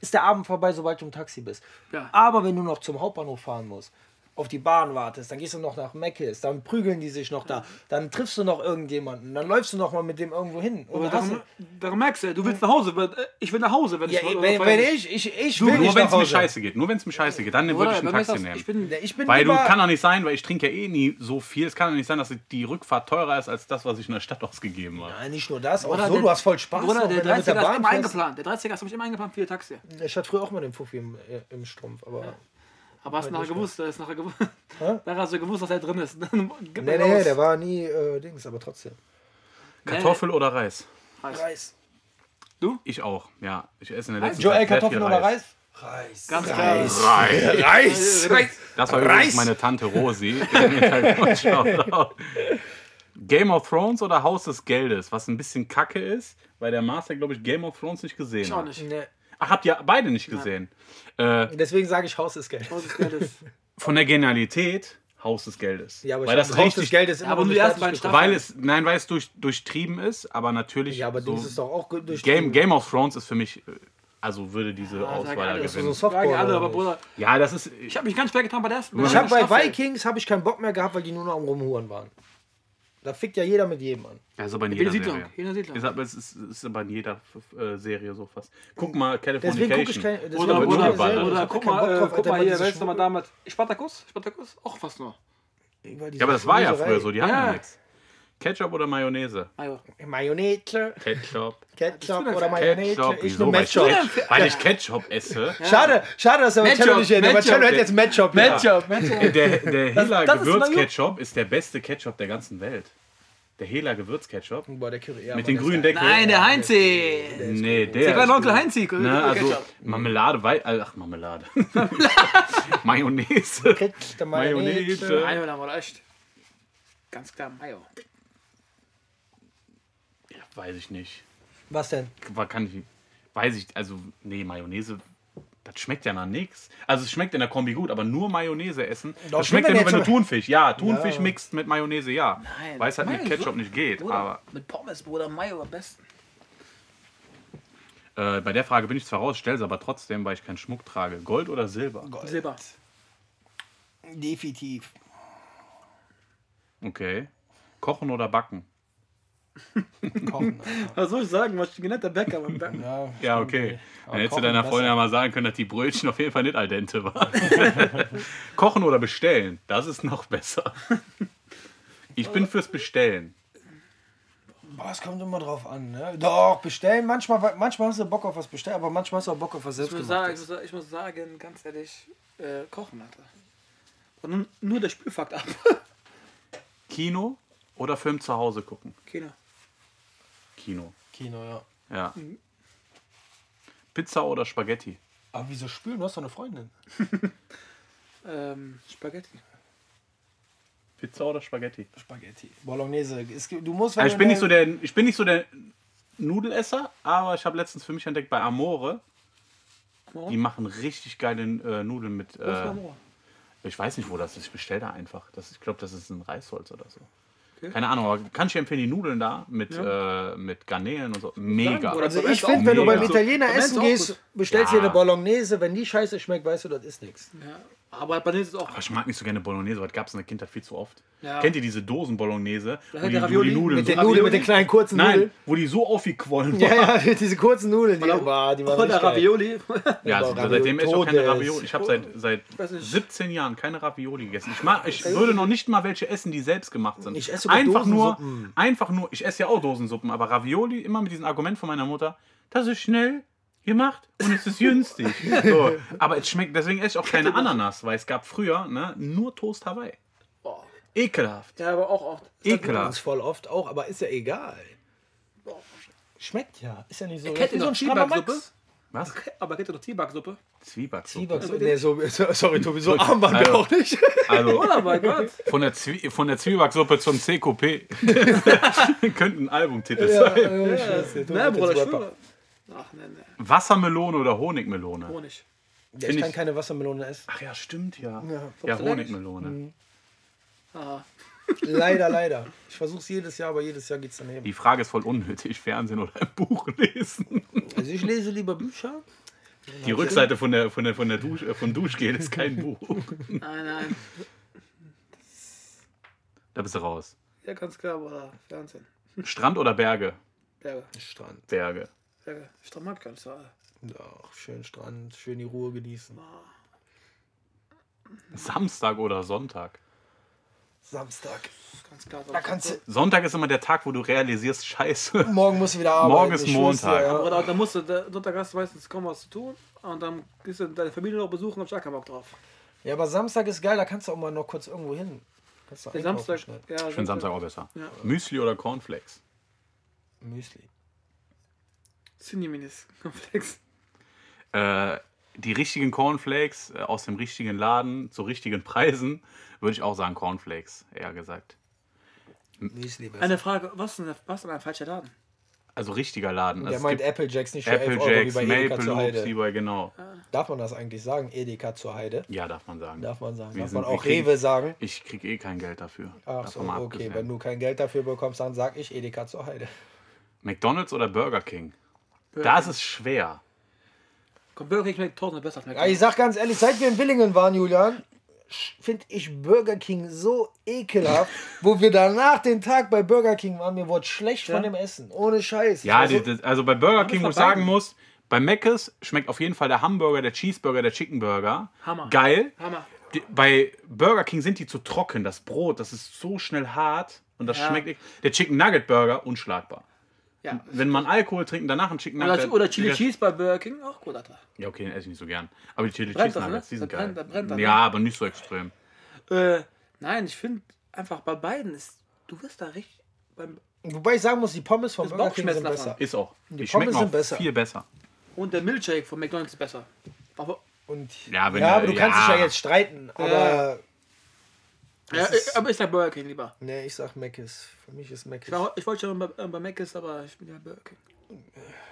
Speaker 2: ist der Abend vorbei, sobald du im Taxi bist.
Speaker 3: Ja.
Speaker 2: Aber wenn du noch zum Hauptbahnhof fahren musst, auf die Bahn wartest, dann gehst du noch nach Meckes, dann prügeln die sich noch da, dann triffst du noch irgendjemanden, dann läufst du noch mal mit dem irgendwo hin. Und
Speaker 3: Aber
Speaker 2: hast du-
Speaker 3: darum, darum merkst du, du willst nach Hause. weil, äh, Ich will nach Hause, wenn
Speaker 2: ja,
Speaker 3: ich oder
Speaker 2: wenn,
Speaker 3: feiern
Speaker 2: wenn
Speaker 3: will.
Speaker 2: ich, ich, ich will
Speaker 1: Nur
Speaker 2: nicht
Speaker 1: wenn
Speaker 2: nach
Speaker 1: es mir
Speaker 2: Hause.
Speaker 1: scheiße geht. Nur wenn es mir scheiße geht, dann
Speaker 3: Oder,
Speaker 1: würde ich ein
Speaker 3: bei mir ist
Speaker 1: Taxi
Speaker 3: das-
Speaker 1: nehmen.
Speaker 3: Ich bin,
Speaker 2: Ich bin
Speaker 1: weil du
Speaker 2: lieber-
Speaker 1: kann doch nicht sein, weil ich trinke ja eh nie so viel. Es kann doch nicht sein, dass die Rückfahrt teurer ist als das, was ich in der Stadt ausgegeben habe.
Speaker 2: Nein, nicht nur das, auch
Speaker 3: Bruder,
Speaker 2: so,
Speaker 3: der-
Speaker 2: du hast voll Spaß.
Speaker 3: Bruder,
Speaker 2: noch,
Speaker 3: der
Speaker 2: wenn du mit
Speaker 3: 30er ist immer
Speaker 2: fährst.
Speaker 3: eingeplant. Der 30er ist nämlich immer eingeplant für die Taxi.
Speaker 2: Ich hatte früher auch mal den Fuffi im, äh, im Strumpf, aber...
Speaker 3: Aber hast du nachher gewusst, der ist nachher gewusst. <laughs> Nachher hast du gewusst, dass er drin ist. <laughs> Dann Gib
Speaker 2: Nee,
Speaker 3: mir
Speaker 2: nee,
Speaker 3: raus.
Speaker 2: der war nie äh, Dings, aber trotzdem.
Speaker 1: Kartoffel oder Reis?
Speaker 3: Reis.
Speaker 2: Reis.
Speaker 1: Ich auch. Ja, ich esse in der letzten
Speaker 2: Joel,
Speaker 1: Zeit sehr viel
Speaker 2: Kartoffeln oder Reis? Reis.
Speaker 3: Ganz klar.
Speaker 1: Reis.
Speaker 2: Reis.
Speaker 1: Das war
Speaker 2: Reis.
Speaker 1: übrigens meine Tante Rosi. <laughs> Im Hintergrund. Schaut auf. Game of Thrones oder Haus des Geldes, was ein bisschen kacke ist, weil der Master, glaube ich, Game of Thrones nicht gesehen
Speaker 3: Ich auch
Speaker 1: hat.
Speaker 3: nicht.
Speaker 2: Nee.
Speaker 1: Ach, habt ihr beide nicht gesehen? Äh,
Speaker 2: Deswegen sage ich Haus ist Geld.
Speaker 3: Haus
Speaker 2: <laughs>
Speaker 3: des Geldes.
Speaker 1: von der Genialität Haus des Geldes.
Speaker 2: Ja, aber
Speaker 1: weil
Speaker 2: ich
Speaker 1: das
Speaker 2: das Haus des
Speaker 1: richtig,
Speaker 2: Geldes immer
Speaker 3: aber
Speaker 2: noch
Speaker 3: nur
Speaker 2: nicht
Speaker 3: die ersten
Speaker 2: fertig
Speaker 3: beiden
Speaker 2: geguckt.
Speaker 1: weil es, nein, weil es durch, durchtrieben ist, aber natürlich.
Speaker 2: Ja, aber
Speaker 1: so
Speaker 2: Dings ist doch auch gut durch.
Speaker 1: Game, Game of Thrones ist für mich, äh, also würde diese
Speaker 3: Ah, sag
Speaker 1: Auswahl
Speaker 3: alle, das ist
Speaker 1: gewinnen.
Speaker 2: so Softball
Speaker 3: Sagen alle,
Speaker 2: oder
Speaker 3: aber
Speaker 2: nicht?
Speaker 3: Bruder,
Speaker 1: Ja, das ist.
Speaker 3: ich habe mich ganz schwer getan bei der ersten.
Speaker 2: Ich habe bei
Speaker 3: Staffel.
Speaker 2: Vikings habe ich keinen Bock mehr gehabt, weil die nur noch am rumhuren waren. Da fickt ja jeder mit jedem an.
Speaker 1: Ja, ist aber in
Speaker 3: Jede
Speaker 1: jeder
Speaker 3: Siedlung.
Speaker 1: Serie.
Speaker 3: Jede Siedlung.
Speaker 1: Ist aber, es ist, ist aber in jeder äh, Serie so fast. Guck mal, Californication.
Speaker 2: Deswegen gucke ich kein. deswegen
Speaker 3: Oder,
Speaker 1: wird
Speaker 2: guck ich
Speaker 1: nur
Speaker 2: keine
Speaker 3: oder,
Speaker 1: geballert.
Speaker 2: Serie.
Speaker 3: oder,
Speaker 2: Ich hab
Speaker 3: guck
Speaker 2: keinen
Speaker 3: mal,
Speaker 2: Bock
Speaker 3: äh,
Speaker 2: drauf,
Speaker 3: guck
Speaker 2: Alter,
Speaker 3: mal
Speaker 2: weil
Speaker 3: hier,
Speaker 2: diese
Speaker 3: wer ist nochmal
Speaker 2: Schwul-
Speaker 3: damals? Spartakus? Spartakus? Auch fast nur.
Speaker 2: über diese
Speaker 1: ja, aber das war ja
Speaker 2: Schwulerei.
Speaker 1: früher so, die haben ja
Speaker 3: Ja.
Speaker 1: nichts. Ketchup oder Mayonnaise?
Speaker 2: Ah,
Speaker 3: Mayo.
Speaker 2: Mayonnaise,
Speaker 1: Ketchup.
Speaker 2: Ketchup
Speaker 3: denn
Speaker 2: oder
Speaker 3: für-
Speaker 2: Mayonnaise.
Speaker 1: Ketchup.
Speaker 2: Ich nehme
Speaker 1: Wieso? Weil ich,
Speaker 2: Matchup.
Speaker 1: Ketchup- weil ich Ketchup esse.
Speaker 2: Schade, schade, dass der Marcello
Speaker 3: Matchup,
Speaker 2: nicht hier ist. Der
Speaker 3: Matchup.
Speaker 2: Marcello hätte jetzt Matchup. hier.
Speaker 3: Matchup, Matchup.
Speaker 1: Der, der Hela
Speaker 3: das ist so lange-
Speaker 1: Gewürzketchup ist der beste Ketchup der ganzen Welt. Der Hela Gewürzketchup
Speaker 2: Boah, der Curry. Ja,
Speaker 1: mit den
Speaker 2: Mann, der
Speaker 1: grünen
Speaker 2: ist geil.
Speaker 1: Deckel.
Speaker 3: Nein, der Heinzi.
Speaker 1: Nee, der.
Speaker 3: Der
Speaker 1: ist
Speaker 3: kleine
Speaker 1: gut.
Speaker 3: Onkel Heinzi.
Speaker 1: Ne, also
Speaker 3: Ketchup.
Speaker 1: Marmelade, Wei ach Marmelade. Mayonnaise.
Speaker 2: Ketchup, Mayonnaise.
Speaker 1: Mayonnaise.
Speaker 3: Mayo, da haben wir recht. Ganz klar, Mayo.
Speaker 1: Weiß ich nicht.
Speaker 2: Was denn?
Speaker 1: War- Kann ich, weiß ich, also nee, Mayonnaise, das schmeckt ja nach nichts. Also es schmeckt in der Kombi gut, aber nur Mayonnaise essen.
Speaker 2: Doch,
Speaker 1: das schmeckt ja
Speaker 2: wenn
Speaker 1: nur,
Speaker 2: wir
Speaker 1: wenn du
Speaker 2: jetzt
Speaker 1: Thunfisch, ja, Thunfisch
Speaker 2: Ja.
Speaker 1: mixt mit Mayonnaise, ja.
Speaker 3: Nein.
Speaker 1: Weil es halt mit
Speaker 3: Nein,
Speaker 1: Ketchup
Speaker 3: so-
Speaker 1: nicht geht,
Speaker 3: Bruder,
Speaker 1: aber...
Speaker 3: Mit Pommes, Bruder, Mayo am besten.
Speaker 1: Äh, bei der Frage bin ich zwar raus, stell's aber trotzdem, weil ich keinen Schmuck trage. Gold oder Silber?
Speaker 3: Silber.
Speaker 2: Definitiv.
Speaker 1: Okay. Kochen oder backen?
Speaker 2: Kochen.
Speaker 3: Was soll ich sagen? Was ich bin netter Bäcker, aber Bäcker.
Speaker 2: Ja.
Speaker 1: Ja, okay. Dann hättest du
Speaker 2: kochen
Speaker 1: deiner
Speaker 2: besser.
Speaker 1: Freundin ja mal sagen können, dass die Brötchen auf jeden Fall nicht al dente waren. <laughs> kochen oder bestellen? Das ist noch besser. Ich bin fürs Bestellen.
Speaker 2: Boah, es kommt immer drauf an, ne? Doch, bestellen. Manchmal, manchmal hast du Bock auf was bestellen, aber manchmal hast du auch Bock auf was
Speaker 3: Ich muss, sagen, ich,
Speaker 2: selbstgemachtes.
Speaker 3: muss, ich muss sagen, ganz ehrlich, äh, kochen hatte. Und nun, nur der Spülfakt ab.
Speaker 1: Kino oder Film zu Hause gucken?
Speaker 3: <laughs> Keine.
Speaker 1: Kino.
Speaker 2: Kino, ja.
Speaker 1: Ja.
Speaker 3: Mhm.
Speaker 1: Pizza oder Spaghetti?
Speaker 2: Aber wieso spülen? Du hast doch eine Freundin.
Speaker 3: Ähm, Spaghetti.
Speaker 1: Pizza oder Spaghetti?
Speaker 2: Spaghetti. Bolognese. Es gibt- du musst, wenn
Speaker 1: Also ich
Speaker 2: du
Speaker 1: bin
Speaker 2: eine-
Speaker 1: nicht so der, ich bin nicht so der Nudelesser, aber ich habe letztens für mich entdeckt bei Amore.
Speaker 3: Amore?
Speaker 1: Die machen richtig geile äh, Nudeln mit. Äh,
Speaker 3: Äh.
Speaker 1: ich weiß nicht, wo das ist. Ich bestelle da einfach. Das, ich glaube, das ist ein Reisholz oder so.
Speaker 3: Okay.
Speaker 1: Keine Ahnung, aber kann ich dir empfehlen, die Nudeln da mit, äh, mit Garnelen und so. Mega.
Speaker 3: Oder
Speaker 2: Also
Speaker 3: Bolognese
Speaker 2: ich finde,
Speaker 1: auch
Speaker 2: wenn du
Speaker 1: mega.
Speaker 2: beim Italiener
Speaker 3: Bolognese
Speaker 2: essen
Speaker 3: auch
Speaker 2: gehst,
Speaker 3: gut.
Speaker 2: bestellst dir
Speaker 1: Ja. Also
Speaker 2: eine Bolognese. Wenn die scheiße schmeckt, weißt du, das ist nichts.
Speaker 3: Ja. Aber Bolognese ist auch.
Speaker 1: Aber ich mag nicht so gerne Bolognese, weil das gab es in der Kindheit viel zu oft.
Speaker 3: Ja.
Speaker 1: Kennt ihr diese Dosen Bolognese? Wo
Speaker 3: hat
Speaker 1: die,
Speaker 3: der
Speaker 1: wo die
Speaker 3: Ravioli
Speaker 1: Nudeln
Speaker 3: mit
Speaker 1: so
Speaker 3: den Nudeln.
Speaker 2: mit den kleinen kurzen
Speaker 1: Nein,
Speaker 2: Nudeln. <laughs>
Speaker 1: wo die so aufgequollen waren.
Speaker 2: Ja, ja, diese kurzen Nudeln. Die, boah, die waren
Speaker 3: Oder
Speaker 2: richtig geil.
Speaker 3: Ravioli.
Speaker 1: Ja, also
Speaker 2: Ravioli
Speaker 1: seitdem esse ich auch keine
Speaker 2: Todes.
Speaker 1: Ravioli. Ich habe seit, seit
Speaker 3: weiß nicht.
Speaker 1: 17 Jahren keine Ravioli gegessen. Ich, mag, ich würde noch nicht mal welche essen, die selbst gemacht sind.
Speaker 2: Ich esse sogar
Speaker 1: einfach nur,
Speaker 2: Dosensuppen.
Speaker 1: einfach nur, ich esse ja auch Dosensuppen, aber Ravioli immer mit diesem Argument von meiner Mutter, das ist schnell gemacht und es ist günstig. So, aber es schmeckt, deswegen esse ich auch keine Ananas, weil es gab früher ne, nur Toast Hawaii.
Speaker 3: <laughs> Boah.
Speaker 1: Ekelhaft.
Speaker 3: Ja, aber auch oft.
Speaker 2: Ganz
Speaker 1: Ekelhaft.
Speaker 2: voll oft auch, aber ist ja egal.
Speaker 3: Boah.
Speaker 2: Schmeckt ja. Ist ja nicht so.
Speaker 3: Kennt ihr noch Zwiebacksuppe?
Speaker 1: Was?
Speaker 3: Aber kennt ihr noch Zwiebacksuppe?
Speaker 1: Zwiebacksuppe.
Speaker 2: Zwiebacksuppe. Nee, so, so- sorry, Tobi, so arm waren wir
Speaker 1: Also-
Speaker 2: auch nicht.
Speaker 1: Also,
Speaker 3: Oder mein <laughs> Gott.
Speaker 1: Von der, Zwie von der Zwiebacksuppe zum <laughs> CQP. Könnte ein Albumtitel
Speaker 2: Ja,
Speaker 1: sein.
Speaker 2: <laughs> ja, scheiße, Tobi
Speaker 3: Ne,
Speaker 2: wird
Speaker 3: Bruder,
Speaker 2: jetzt
Speaker 3: ich
Speaker 2: Rapper.
Speaker 3: schwöre. Ach, ne, ne.
Speaker 1: Wassermelone oder Honigmelone?
Speaker 3: Honig.
Speaker 2: Ja, ich
Speaker 1: Bin
Speaker 2: kann
Speaker 1: ich-
Speaker 2: keine Wassermelone essen.
Speaker 1: Ach ja, stimmt ja.
Speaker 2: Ja.
Speaker 1: Ja,
Speaker 3: Doch,
Speaker 1: Honigmelone.
Speaker 3: Aha.
Speaker 2: Leider, leider. Ich versuche es jedes Jahr, aber jedes Jahr geht es daneben.
Speaker 1: Die Frage ist voll unnötig. Fernsehen oder ein Buch lesen.
Speaker 2: Also ich lese lieber Bücher.
Speaker 1: Die Rückseite von der, von der, von der Dusch, äh, vom Duschgel ist kein Buch.
Speaker 3: Nein, nein.
Speaker 1: Da bist du raus.
Speaker 3: Ja, ganz klar, Bruder. Fernsehen.
Speaker 1: Strand oder Berge?
Speaker 3: Berge.
Speaker 2: Strand.
Speaker 1: Berge.
Speaker 3: Berge. Ich doch mag gar nicht so. Alter.
Speaker 2: Doch, schön Strand, schön die Ruhe genießen.
Speaker 1: Samstag oder Sonntag?
Speaker 2: Samstag.
Speaker 3: Ganz klar.
Speaker 2: Da kannst du.
Speaker 1: Sonntag ist immer der Tag, wo du realisierst,
Speaker 2: <laughs>
Speaker 1: scheiße.
Speaker 2: Morgen musst du wieder arbeiten.
Speaker 1: Morgen ist
Speaker 2: ich äh, schwör's dir,
Speaker 1: Montag.
Speaker 2: ja.
Speaker 3: Bruder, da musst du, der Sonntag hast du meistens kaum was zu tun und dann gehst du deine Familie noch besuchen, hab ich gar keinen Bock drauf.
Speaker 2: Ja, aber Samstag ist geil, da kannst du auch mal noch kurz irgendwo hin. Kannst du
Speaker 3: Der
Speaker 2: einkaufen
Speaker 3: Samstag,
Speaker 2: schnell.
Speaker 3: ja,
Speaker 1: Ich finde Samstag auch besser.
Speaker 3: Ja.
Speaker 1: Müsli oder Cornflakes?
Speaker 2: Müsli.
Speaker 3: Cineminis, komplex.
Speaker 1: äh, die richtigen Cornflakes äh, aus dem richtigen Laden zu richtigen Preisen, würde ich auch sagen Cornflakes, eher gesagt.
Speaker 2: Müsli besser.
Speaker 3: Eine Frage, was ist denn, was ist denn ein falscher Laden?
Speaker 1: Also richtiger Laden.
Speaker 2: Der
Speaker 1: Also es
Speaker 2: meint
Speaker 1: gibt
Speaker 2: Apple Jacks nicht für 11 Euro wie
Speaker 1: Applejacks,
Speaker 2: bei Edeka
Speaker 1: Maple
Speaker 2: zur
Speaker 1: Loops,
Speaker 2: Heide.
Speaker 1: wie bei genau.
Speaker 2: Darf man das eigentlich sagen, Edeka zur Heide?
Speaker 1: Ja, darf man sagen.
Speaker 2: Darf man sagen.
Speaker 1: Wir
Speaker 2: Darf
Speaker 1: sind-
Speaker 2: man
Speaker 1: wir
Speaker 2: auch
Speaker 1: kriegen-
Speaker 2: Rewe sagen?
Speaker 1: Ich krieg eh kein Geld dafür.
Speaker 2: Ach so,
Speaker 1: Davon mal
Speaker 2: okay.
Speaker 1: abgesehen.
Speaker 2: Wenn du kein Geld dafür bekommst, dann sag ich Edeka zur Heide.
Speaker 1: McDonalds oder Burger King?
Speaker 3: Burger
Speaker 1: Das
Speaker 3: King.
Speaker 1: ist schwer.
Speaker 3: Komm, Burger King schmeckt tausendmal besser als
Speaker 2: Ja, ich
Speaker 3: McDonald's.
Speaker 2: sag ganz ehrlich, seit wir in Willingen waren, Julian, finde ich Burger King so
Speaker 1: <laughs>
Speaker 2: ekelhaft, wo wir danach den Tag bei Burger King waren. Mir wurde schlecht von dem Essen. Ohne Scheiß.
Speaker 1: Ja,
Speaker 2: Ich war
Speaker 1: die, das- also bei Burger King, wo ich
Speaker 3: von beiden.
Speaker 1: sagen muss, bei Mc's schmeckt auf jeden Fall der Hamburger, der Cheeseburger, der Chickenburger.
Speaker 3: Hammer.
Speaker 1: Geil.
Speaker 3: Hammer.
Speaker 1: Die, bei Burger King sind die zu trocken. Das Brot, das ist so schnell hart. und das
Speaker 3: Ja.
Speaker 1: schmeckt nicht. Der Chicken Nugget Burger, unschlagbar.
Speaker 3: Ja.
Speaker 1: Wenn man Alkohol trinkt und danach einen Chicken Nugget.
Speaker 3: Oder, oder Chili
Speaker 1: Digga,
Speaker 3: Cheese bei Burger King, auch gut, Alter.
Speaker 1: Ja, okay, den esse ich nicht so gern. Aber die Chili
Speaker 3: Brennt
Speaker 1: Cheese
Speaker 3: das, ne?
Speaker 1: Nuggets, die sind
Speaker 3: Das
Speaker 1: geil.
Speaker 3: brennt- das brennt ne? dann,
Speaker 1: ja, aber nicht so extrem.
Speaker 3: Äh, nein, ich finde einfach bei beiden ist, du wirst da richtig. Beim,
Speaker 2: Wobei ich sagen muss, die Pommes von
Speaker 3: Das
Speaker 2: Burger King sind
Speaker 3: Bauchschmerzen
Speaker 2: besser.
Speaker 1: Ist auch. Die,
Speaker 2: Pommes
Speaker 1: schmecken auch
Speaker 2: sind besser.
Speaker 1: viel besser.
Speaker 3: und der Milkshake von McDonalds ist besser. Aber,
Speaker 2: Und,
Speaker 1: Ja,
Speaker 2: ja,
Speaker 1: wenn du-
Speaker 2: aber du kannst
Speaker 1: ja.
Speaker 2: dich ja jetzt streiten. Aber
Speaker 3: ja,
Speaker 2: Das ist-
Speaker 3: ich- aber ich sag Burger King lieber.
Speaker 2: nee, ich sag Mc's. Für mich ist
Speaker 3: Ich,
Speaker 2: Mc's
Speaker 3: war, ich wollte schon bei, äh, bei Mc's, aber ich bin ja Burger King.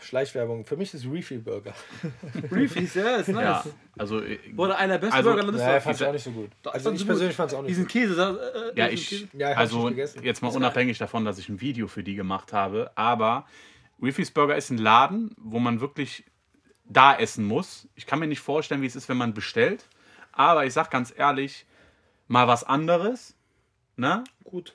Speaker 2: Schleichwerbung. Für mich ist Refill Burger.
Speaker 3: Reefies, ja, ist nice.
Speaker 1: Ja, also äh,
Speaker 3: Wurde einer der besten
Speaker 1: Also,
Speaker 3: Burger in
Speaker 2: Ja,
Speaker 3: Düsseldorf.
Speaker 2: fand ich auch nicht so gut. Also ich persönlich fand es auch nicht
Speaker 3: Diesen
Speaker 2: gut.
Speaker 3: Käse, da, äh,
Speaker 1: Ja,
Speaker 3: diesen
Speaker 1: ich,
Speaker 3: Käse.
Speaker 2: Ja, hab ich
Speaker 1: also
Speaker 2: nicht gegessen.
Speaker 1: jetzt mal unabhängig davon, dass ich ein Video für die gemacht habe, aber Reefy's Burger ist ein Laden, wo man wirklich da essen muss. Ich kann mir nicht vorstellen, wie es ist, wenn man bestellt, aber ich sag ganz ehrlich, mal was anderes, ne?
Speaker 3: Gut.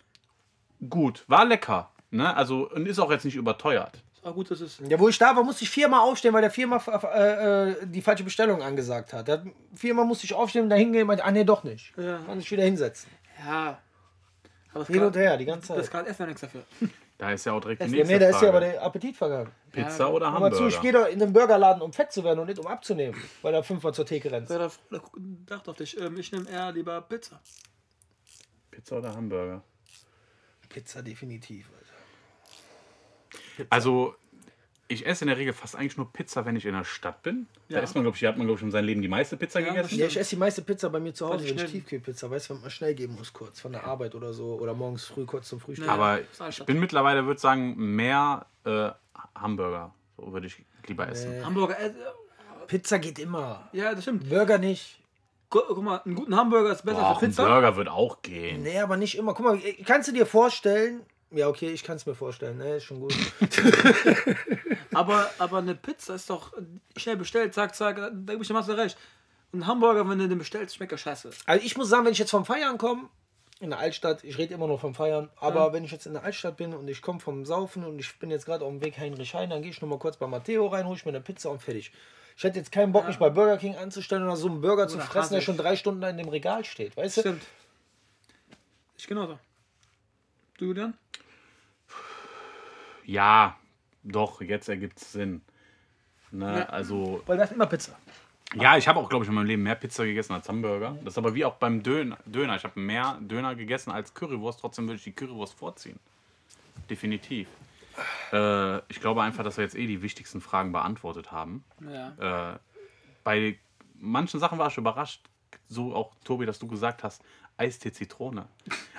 Speaker 1: Gut, war lecker, ne? Also und ist auch jetzt nicht überteuert.
Speaker 3: Aber Ah, gut, das ist.
Speaker 2: Ja, wo ich da war, musste ich viermal aufstehen, weil der viermal äh, äh, die falsche Bestellung angesagt hat. Der hat viermal musste ich aufstehen und da hingehen und meinte, ah nee, doch nicht.
Speaker 3: Ja.
Speaker 2: Kann ich wieder hinsetzen.
Speaker 3: Ja. Aber das
Speaker 2: Hin und
Speaker 3: kann,
Speaker 2: her, die ganze
Speaker 3: das
Speaker 2: Zeit.
Speaker 3: kann erstmal nichts dafür.
Speaker 1: Da ist ja auch direkt die
Speaker 2: Ja,
Speaker 1: nächste
Speaker 2: nee, da ist
Speaker 1: Frage.
Speaker 2: ja aber der Appetit vergangen.
Speaker 1: Pizza
Speaker 3: Ja,
Speaker 1: oder
Speaker 2: Aber zu,
Speaker 1: Hamburger?
Speaker 2: ich gehe doch in den Burgerladen, um fett zu werden und nicht um abzunehmen, weil er fünfmal zur Theke rennt.
Speaker 3: Sei da froh, der guckt- dachte auf dich. Ähm, ich nehme eher lieber Pizza.
Speaker 1: Pizza oder Hamburger?
Speaker 2: Pizza definitiv. Alter.
Speaker 1: Also, ich esse in der Regel fast eigentlich nur Pizza, wenn ich in der Stadt bin. Da
Speaker 3: Ja.
Speaker 1: isst man, glaube ich, hier hat man, glaube ich, in seinem Leben die meiste Pizza
Speaker 3: Ja,
Speaker 1: gegessen.
Speaker 2: Ja, ich esse die meiste Pizza bei mir zu Hause,
Speaker 3: die
Speaker 2: wenn ich
Speaker 3: schnellen.
Speaker 2: Tiefkühlpizza, weißt du, wenn man schnell geben muss kurz, von der Arbeit oder so, oder morgens früh kurz zum Frühstück.
Speaker 3: Ja.
Speaker 1: Aber
Speaker 3: ist alles
Speaker 1: ich bin mittlerweile, würde sagen, mehr äh, Hamburger. So würde ich lieber essen.
Speaker 3: Hamburger, äh, äh,
Speaker 2: Pizza geht immer.
Speaker 3: ja, das stimmt.
Speaker 2: Burger nicht.
Speaker 3: Gu guck mal, einen guten Hamburger ist besser
Speaker 1: Boah,
Speaker 3: als
Speaker 1: ein
Speaker 3: Pizza.
Speaker 1: Burger wird auch gehen.
Speaker 2: Nee, aber nicht immer. Guck mal, äh, kannst du dir vorstellen? Ja, okay, ich kann es mir vorstellen. Ne, ist schon gut.
Speaker 3: Aber, aber eine Pizza ist doch äh, schnell bestellt, zack, zack, da gebe ich dir hast du recht. Und ein Hamburger, wenn du den bestellst, schmeckt er scheiße.
Speaker 2: Also ich muss sagen, wenn ich jetzt vom Feiern komme, in der Altstadt, ich rede immer nur vom Feiern, aber wenn ich jetzt in der Altstadt bin und ich komme vom Saufen und ich bin jetzt gerade auf dem Weg Heinrich Heine, dann gehe ich nochmal kurz bei Matteo rein, hole ich mir eine Pizza und fertig. Ich hätte jetzt keinen Bock, mich bei Burger King anzustellen oder so einen Burger zu
Speaker 3: Oder
Speaker 2: fressen, der
Speaker 3: Hasen.
Speaker 2: schon drei Stunden da in dem Regal steht, weißt du?
Speaker 3: Stimmt. Ich genauso. Du, Julian?
Speaker 1: Ja, doch, jetzt ergibt es Sinn. Ne, Also,
Speaker 2: Weil das ist immer Pizza.
Speaker 1: ja, ich habe auch, glaube ich, in meinem Leben mehr Pizza gegessen als Hamburger. Das ist aber wie auch beim Döner. Döner. Ich habe mehr Döner gegessen als Currywurst. Trotzdem würde ich die Currywurst vorziehen. Definitiv. Äh, ich glaube einfach, dass wir jetzt eh die wichtigsten Fragen beantwortet haben.
Speaker 3: <laughs> Ja.
Speaker 1: äh, bei manchen Sachen war ich überrascht, so auch Tobi, dass du gesagt hast, Eistee Zitrone.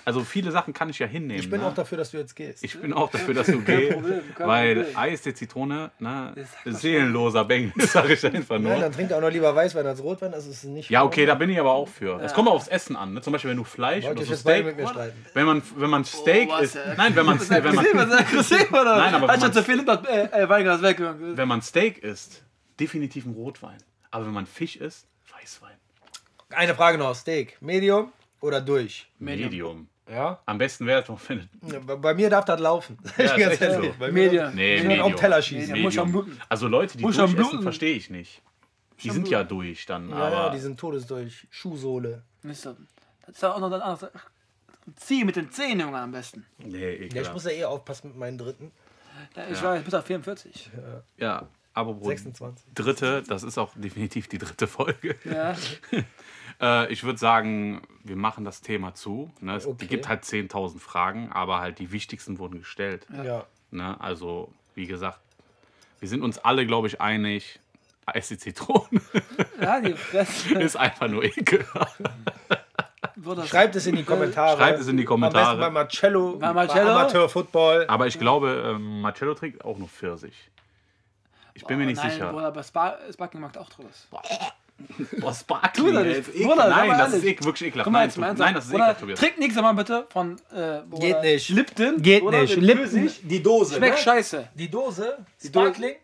Speaker 1: Also viele Sachen kann ich ja hinnehmen.
Speaker 2: Ich bin
Speaker 1: ne?
Speaker 2: auch dafür, dass du jetzt gehst.
Speaker 1: ich bin auch dafür, dass du gehst,
Speaker 3: Problem, kein
Speaker 1: weil
Speaker 3: Problem.
Speaker 1: Eistee Zitrone, ne,
Speaker 3: Das sagt man
Speaker 1: seelenloser Bengel, <laughs> sag ich einfach
Speaker 2: Nein,
Speaker 1: nur.
Speaker 2: dann trinkt er auch noch lieber Weißwein als Rotwein, das ist nicht.
Speaker 1: Ja, okay, da bin ich aber auch für. Es kommt auch aufs Essen an, ne? Zum Beispiel, wenn du Fleisch
Speaker 2: Wollt
Speaker 1: oder
Speaker 2: ihr
Speaker 1: so
Speaker 2: jetzt beide mit
Speaker 1: Steak,
Speaker 2: mir streiten?
Speaker 1: wenn man, wenn man Steak
Speaker 3: Oh, was, äh?
Speaker 1: isst,
Speaker 3: ey?
Speaker 1: nein, wenn
Speaker 2: <laughs>
Speaker 1: man, wenn man,
Speaker 3: Silber, sag Silber, oder?
Speaker 1: Nein, aber
Speaker 3: Hat
Speaker 1: man-
Speaker 3: schon zu viel in das äh, äh, Weinglas weg.
Speaker 1: wenn man Steak isst, definitiv ein Rotwein. Aber wenn man Fisch isst, Weißwein.
Speaker 2: Eine Frage noch: Steak, Medium oder durch?
Speaker 3: Medium.
Speaker 1: Medium.
Speaker 2: Ja.
Speaker 1: Am besten wäre es noch, wenn
Speaker 2: Bei, bei mir darf das laufen. <laughs>
Speaker 1: Ja, ist echt so.
Speaker 2: Bei mir-
Speaker 3: Medien.
Speaker 1: Nee,
Speaker 2: Ich will auf
Speaker 1: Medium.
Speaker 2: den Teller schießen.
Speaker 3: Medium. muss ich am
Speaker 1: Medium.
Speaker 3: Bluten.
Speaker 1: Also Leute, die
Speaker 3: Muss ich am
Speaker 1: durch essen,
Speaker 3: Bluten.
Speaker 1: verstehe ich nicht. Die sind ja durch dann,
Speaker 2: Ja,
Speaker 1: aber
Speaker 2: ja, die sind todesdurch. Schuhsohle.
Speaker 3: Mist, Das ist ja auch noch das andere. Zieh mit den Zehen, Junge, am besten.
Speaker 1: nee,
Speaker 2: Ja,
Speaker 1: ekelhaft.
Speaker 2: ich muss ja eh aufpassen mit meinen dritten.
Speaker 3: Ja, Ich war jetzt bis auf 44.
Speaker 1: ja, aber Bruder,
Speaker 2: 26.
Speaker 1: dritte, das ist auch definitiv die dritte Folge.
Speaker 3: Ja.
Speaker 1: Äh, ich würde sagen, wir machen das Thema zu. Ne? Es
Speaker 2: Okay.
Speaker 1: gibt halt 10.000 Fragen, aber halt die wichtigsten wurden gestellt.
Speaker 2: Ja.
Speaker 1: Ne? Also, wie gesagt, wir sind uns alle, glaube ich, einig. Eis Zitronen
Speaker 3: ja, die Fresse.
Speaker 1: <laughs> ist einfach nur ekelhaft.
Speaker 3: Wurde das-
Speaker 2: Schreibt es in die Kommentare.
Speaker 1: Schreibt es in die Kommentare.
Speaker 2: Am besten bei Marcello.
Speaker 3: Bei Marcello?
Speaker 2: Amateur Football.
Speaker 1: Aber ich glaube, ähm, Marcello trägt auch nur Pfirsich. Ich bin mir
Speaker 3: Oh,
Speaker 1: nicht
Speaker 3: nein,
Speaker 1: sicher.
Speaker 3: Bruder, aber Spa Sparking macht auch draus.
Speaker 1: Boah, Sparkling,
Speaker 3: Bruder,
Speaker 1: ey,
Speaker 3: das-
Speaker 1: ist ekel-
Speaker 3: Bruder, sag
Speaker 1: Nein,
Speaker 3: mal
Speaker 1: das ist
Speaker 3: ehrlich.
Speaker 1: ek wirklich ekelhaft.
Speaker 3: Guck mal
Speaker 1: Nein,
Speaker 3: jetzt
Speaker 1: tu-
Speaker 3: mal ernsthaft.
Speaker 1: nein, das ist
Speaker 3: Bruder,
Speaker 1: ekelhaft, Tobias.
Speaker 3: Trink nichts mal bitte von äh, Bruder,
Speaker 2: Geht nicht.
Speaker 3: Lipton.
Speaker 2: Geht
Speaker 3: Bruder,
Speaker 2: nicht.
Speaker 3: mit
Speaker 2: Lippen,
Speaker 3: Pfirsich.
Speaker 2: die Dose.
Speaker 3: Schmeckt
Speaker 2: ne?
Speaker 3: scheiße.
Speaker 2: Die Dose.
Speaker 3: Dose.
Speaker 2: Sparkling.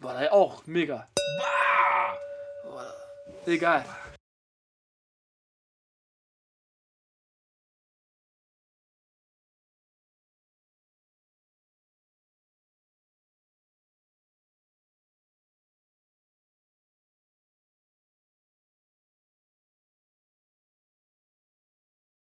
Speaker 3: War auch mega. Bah! Egal.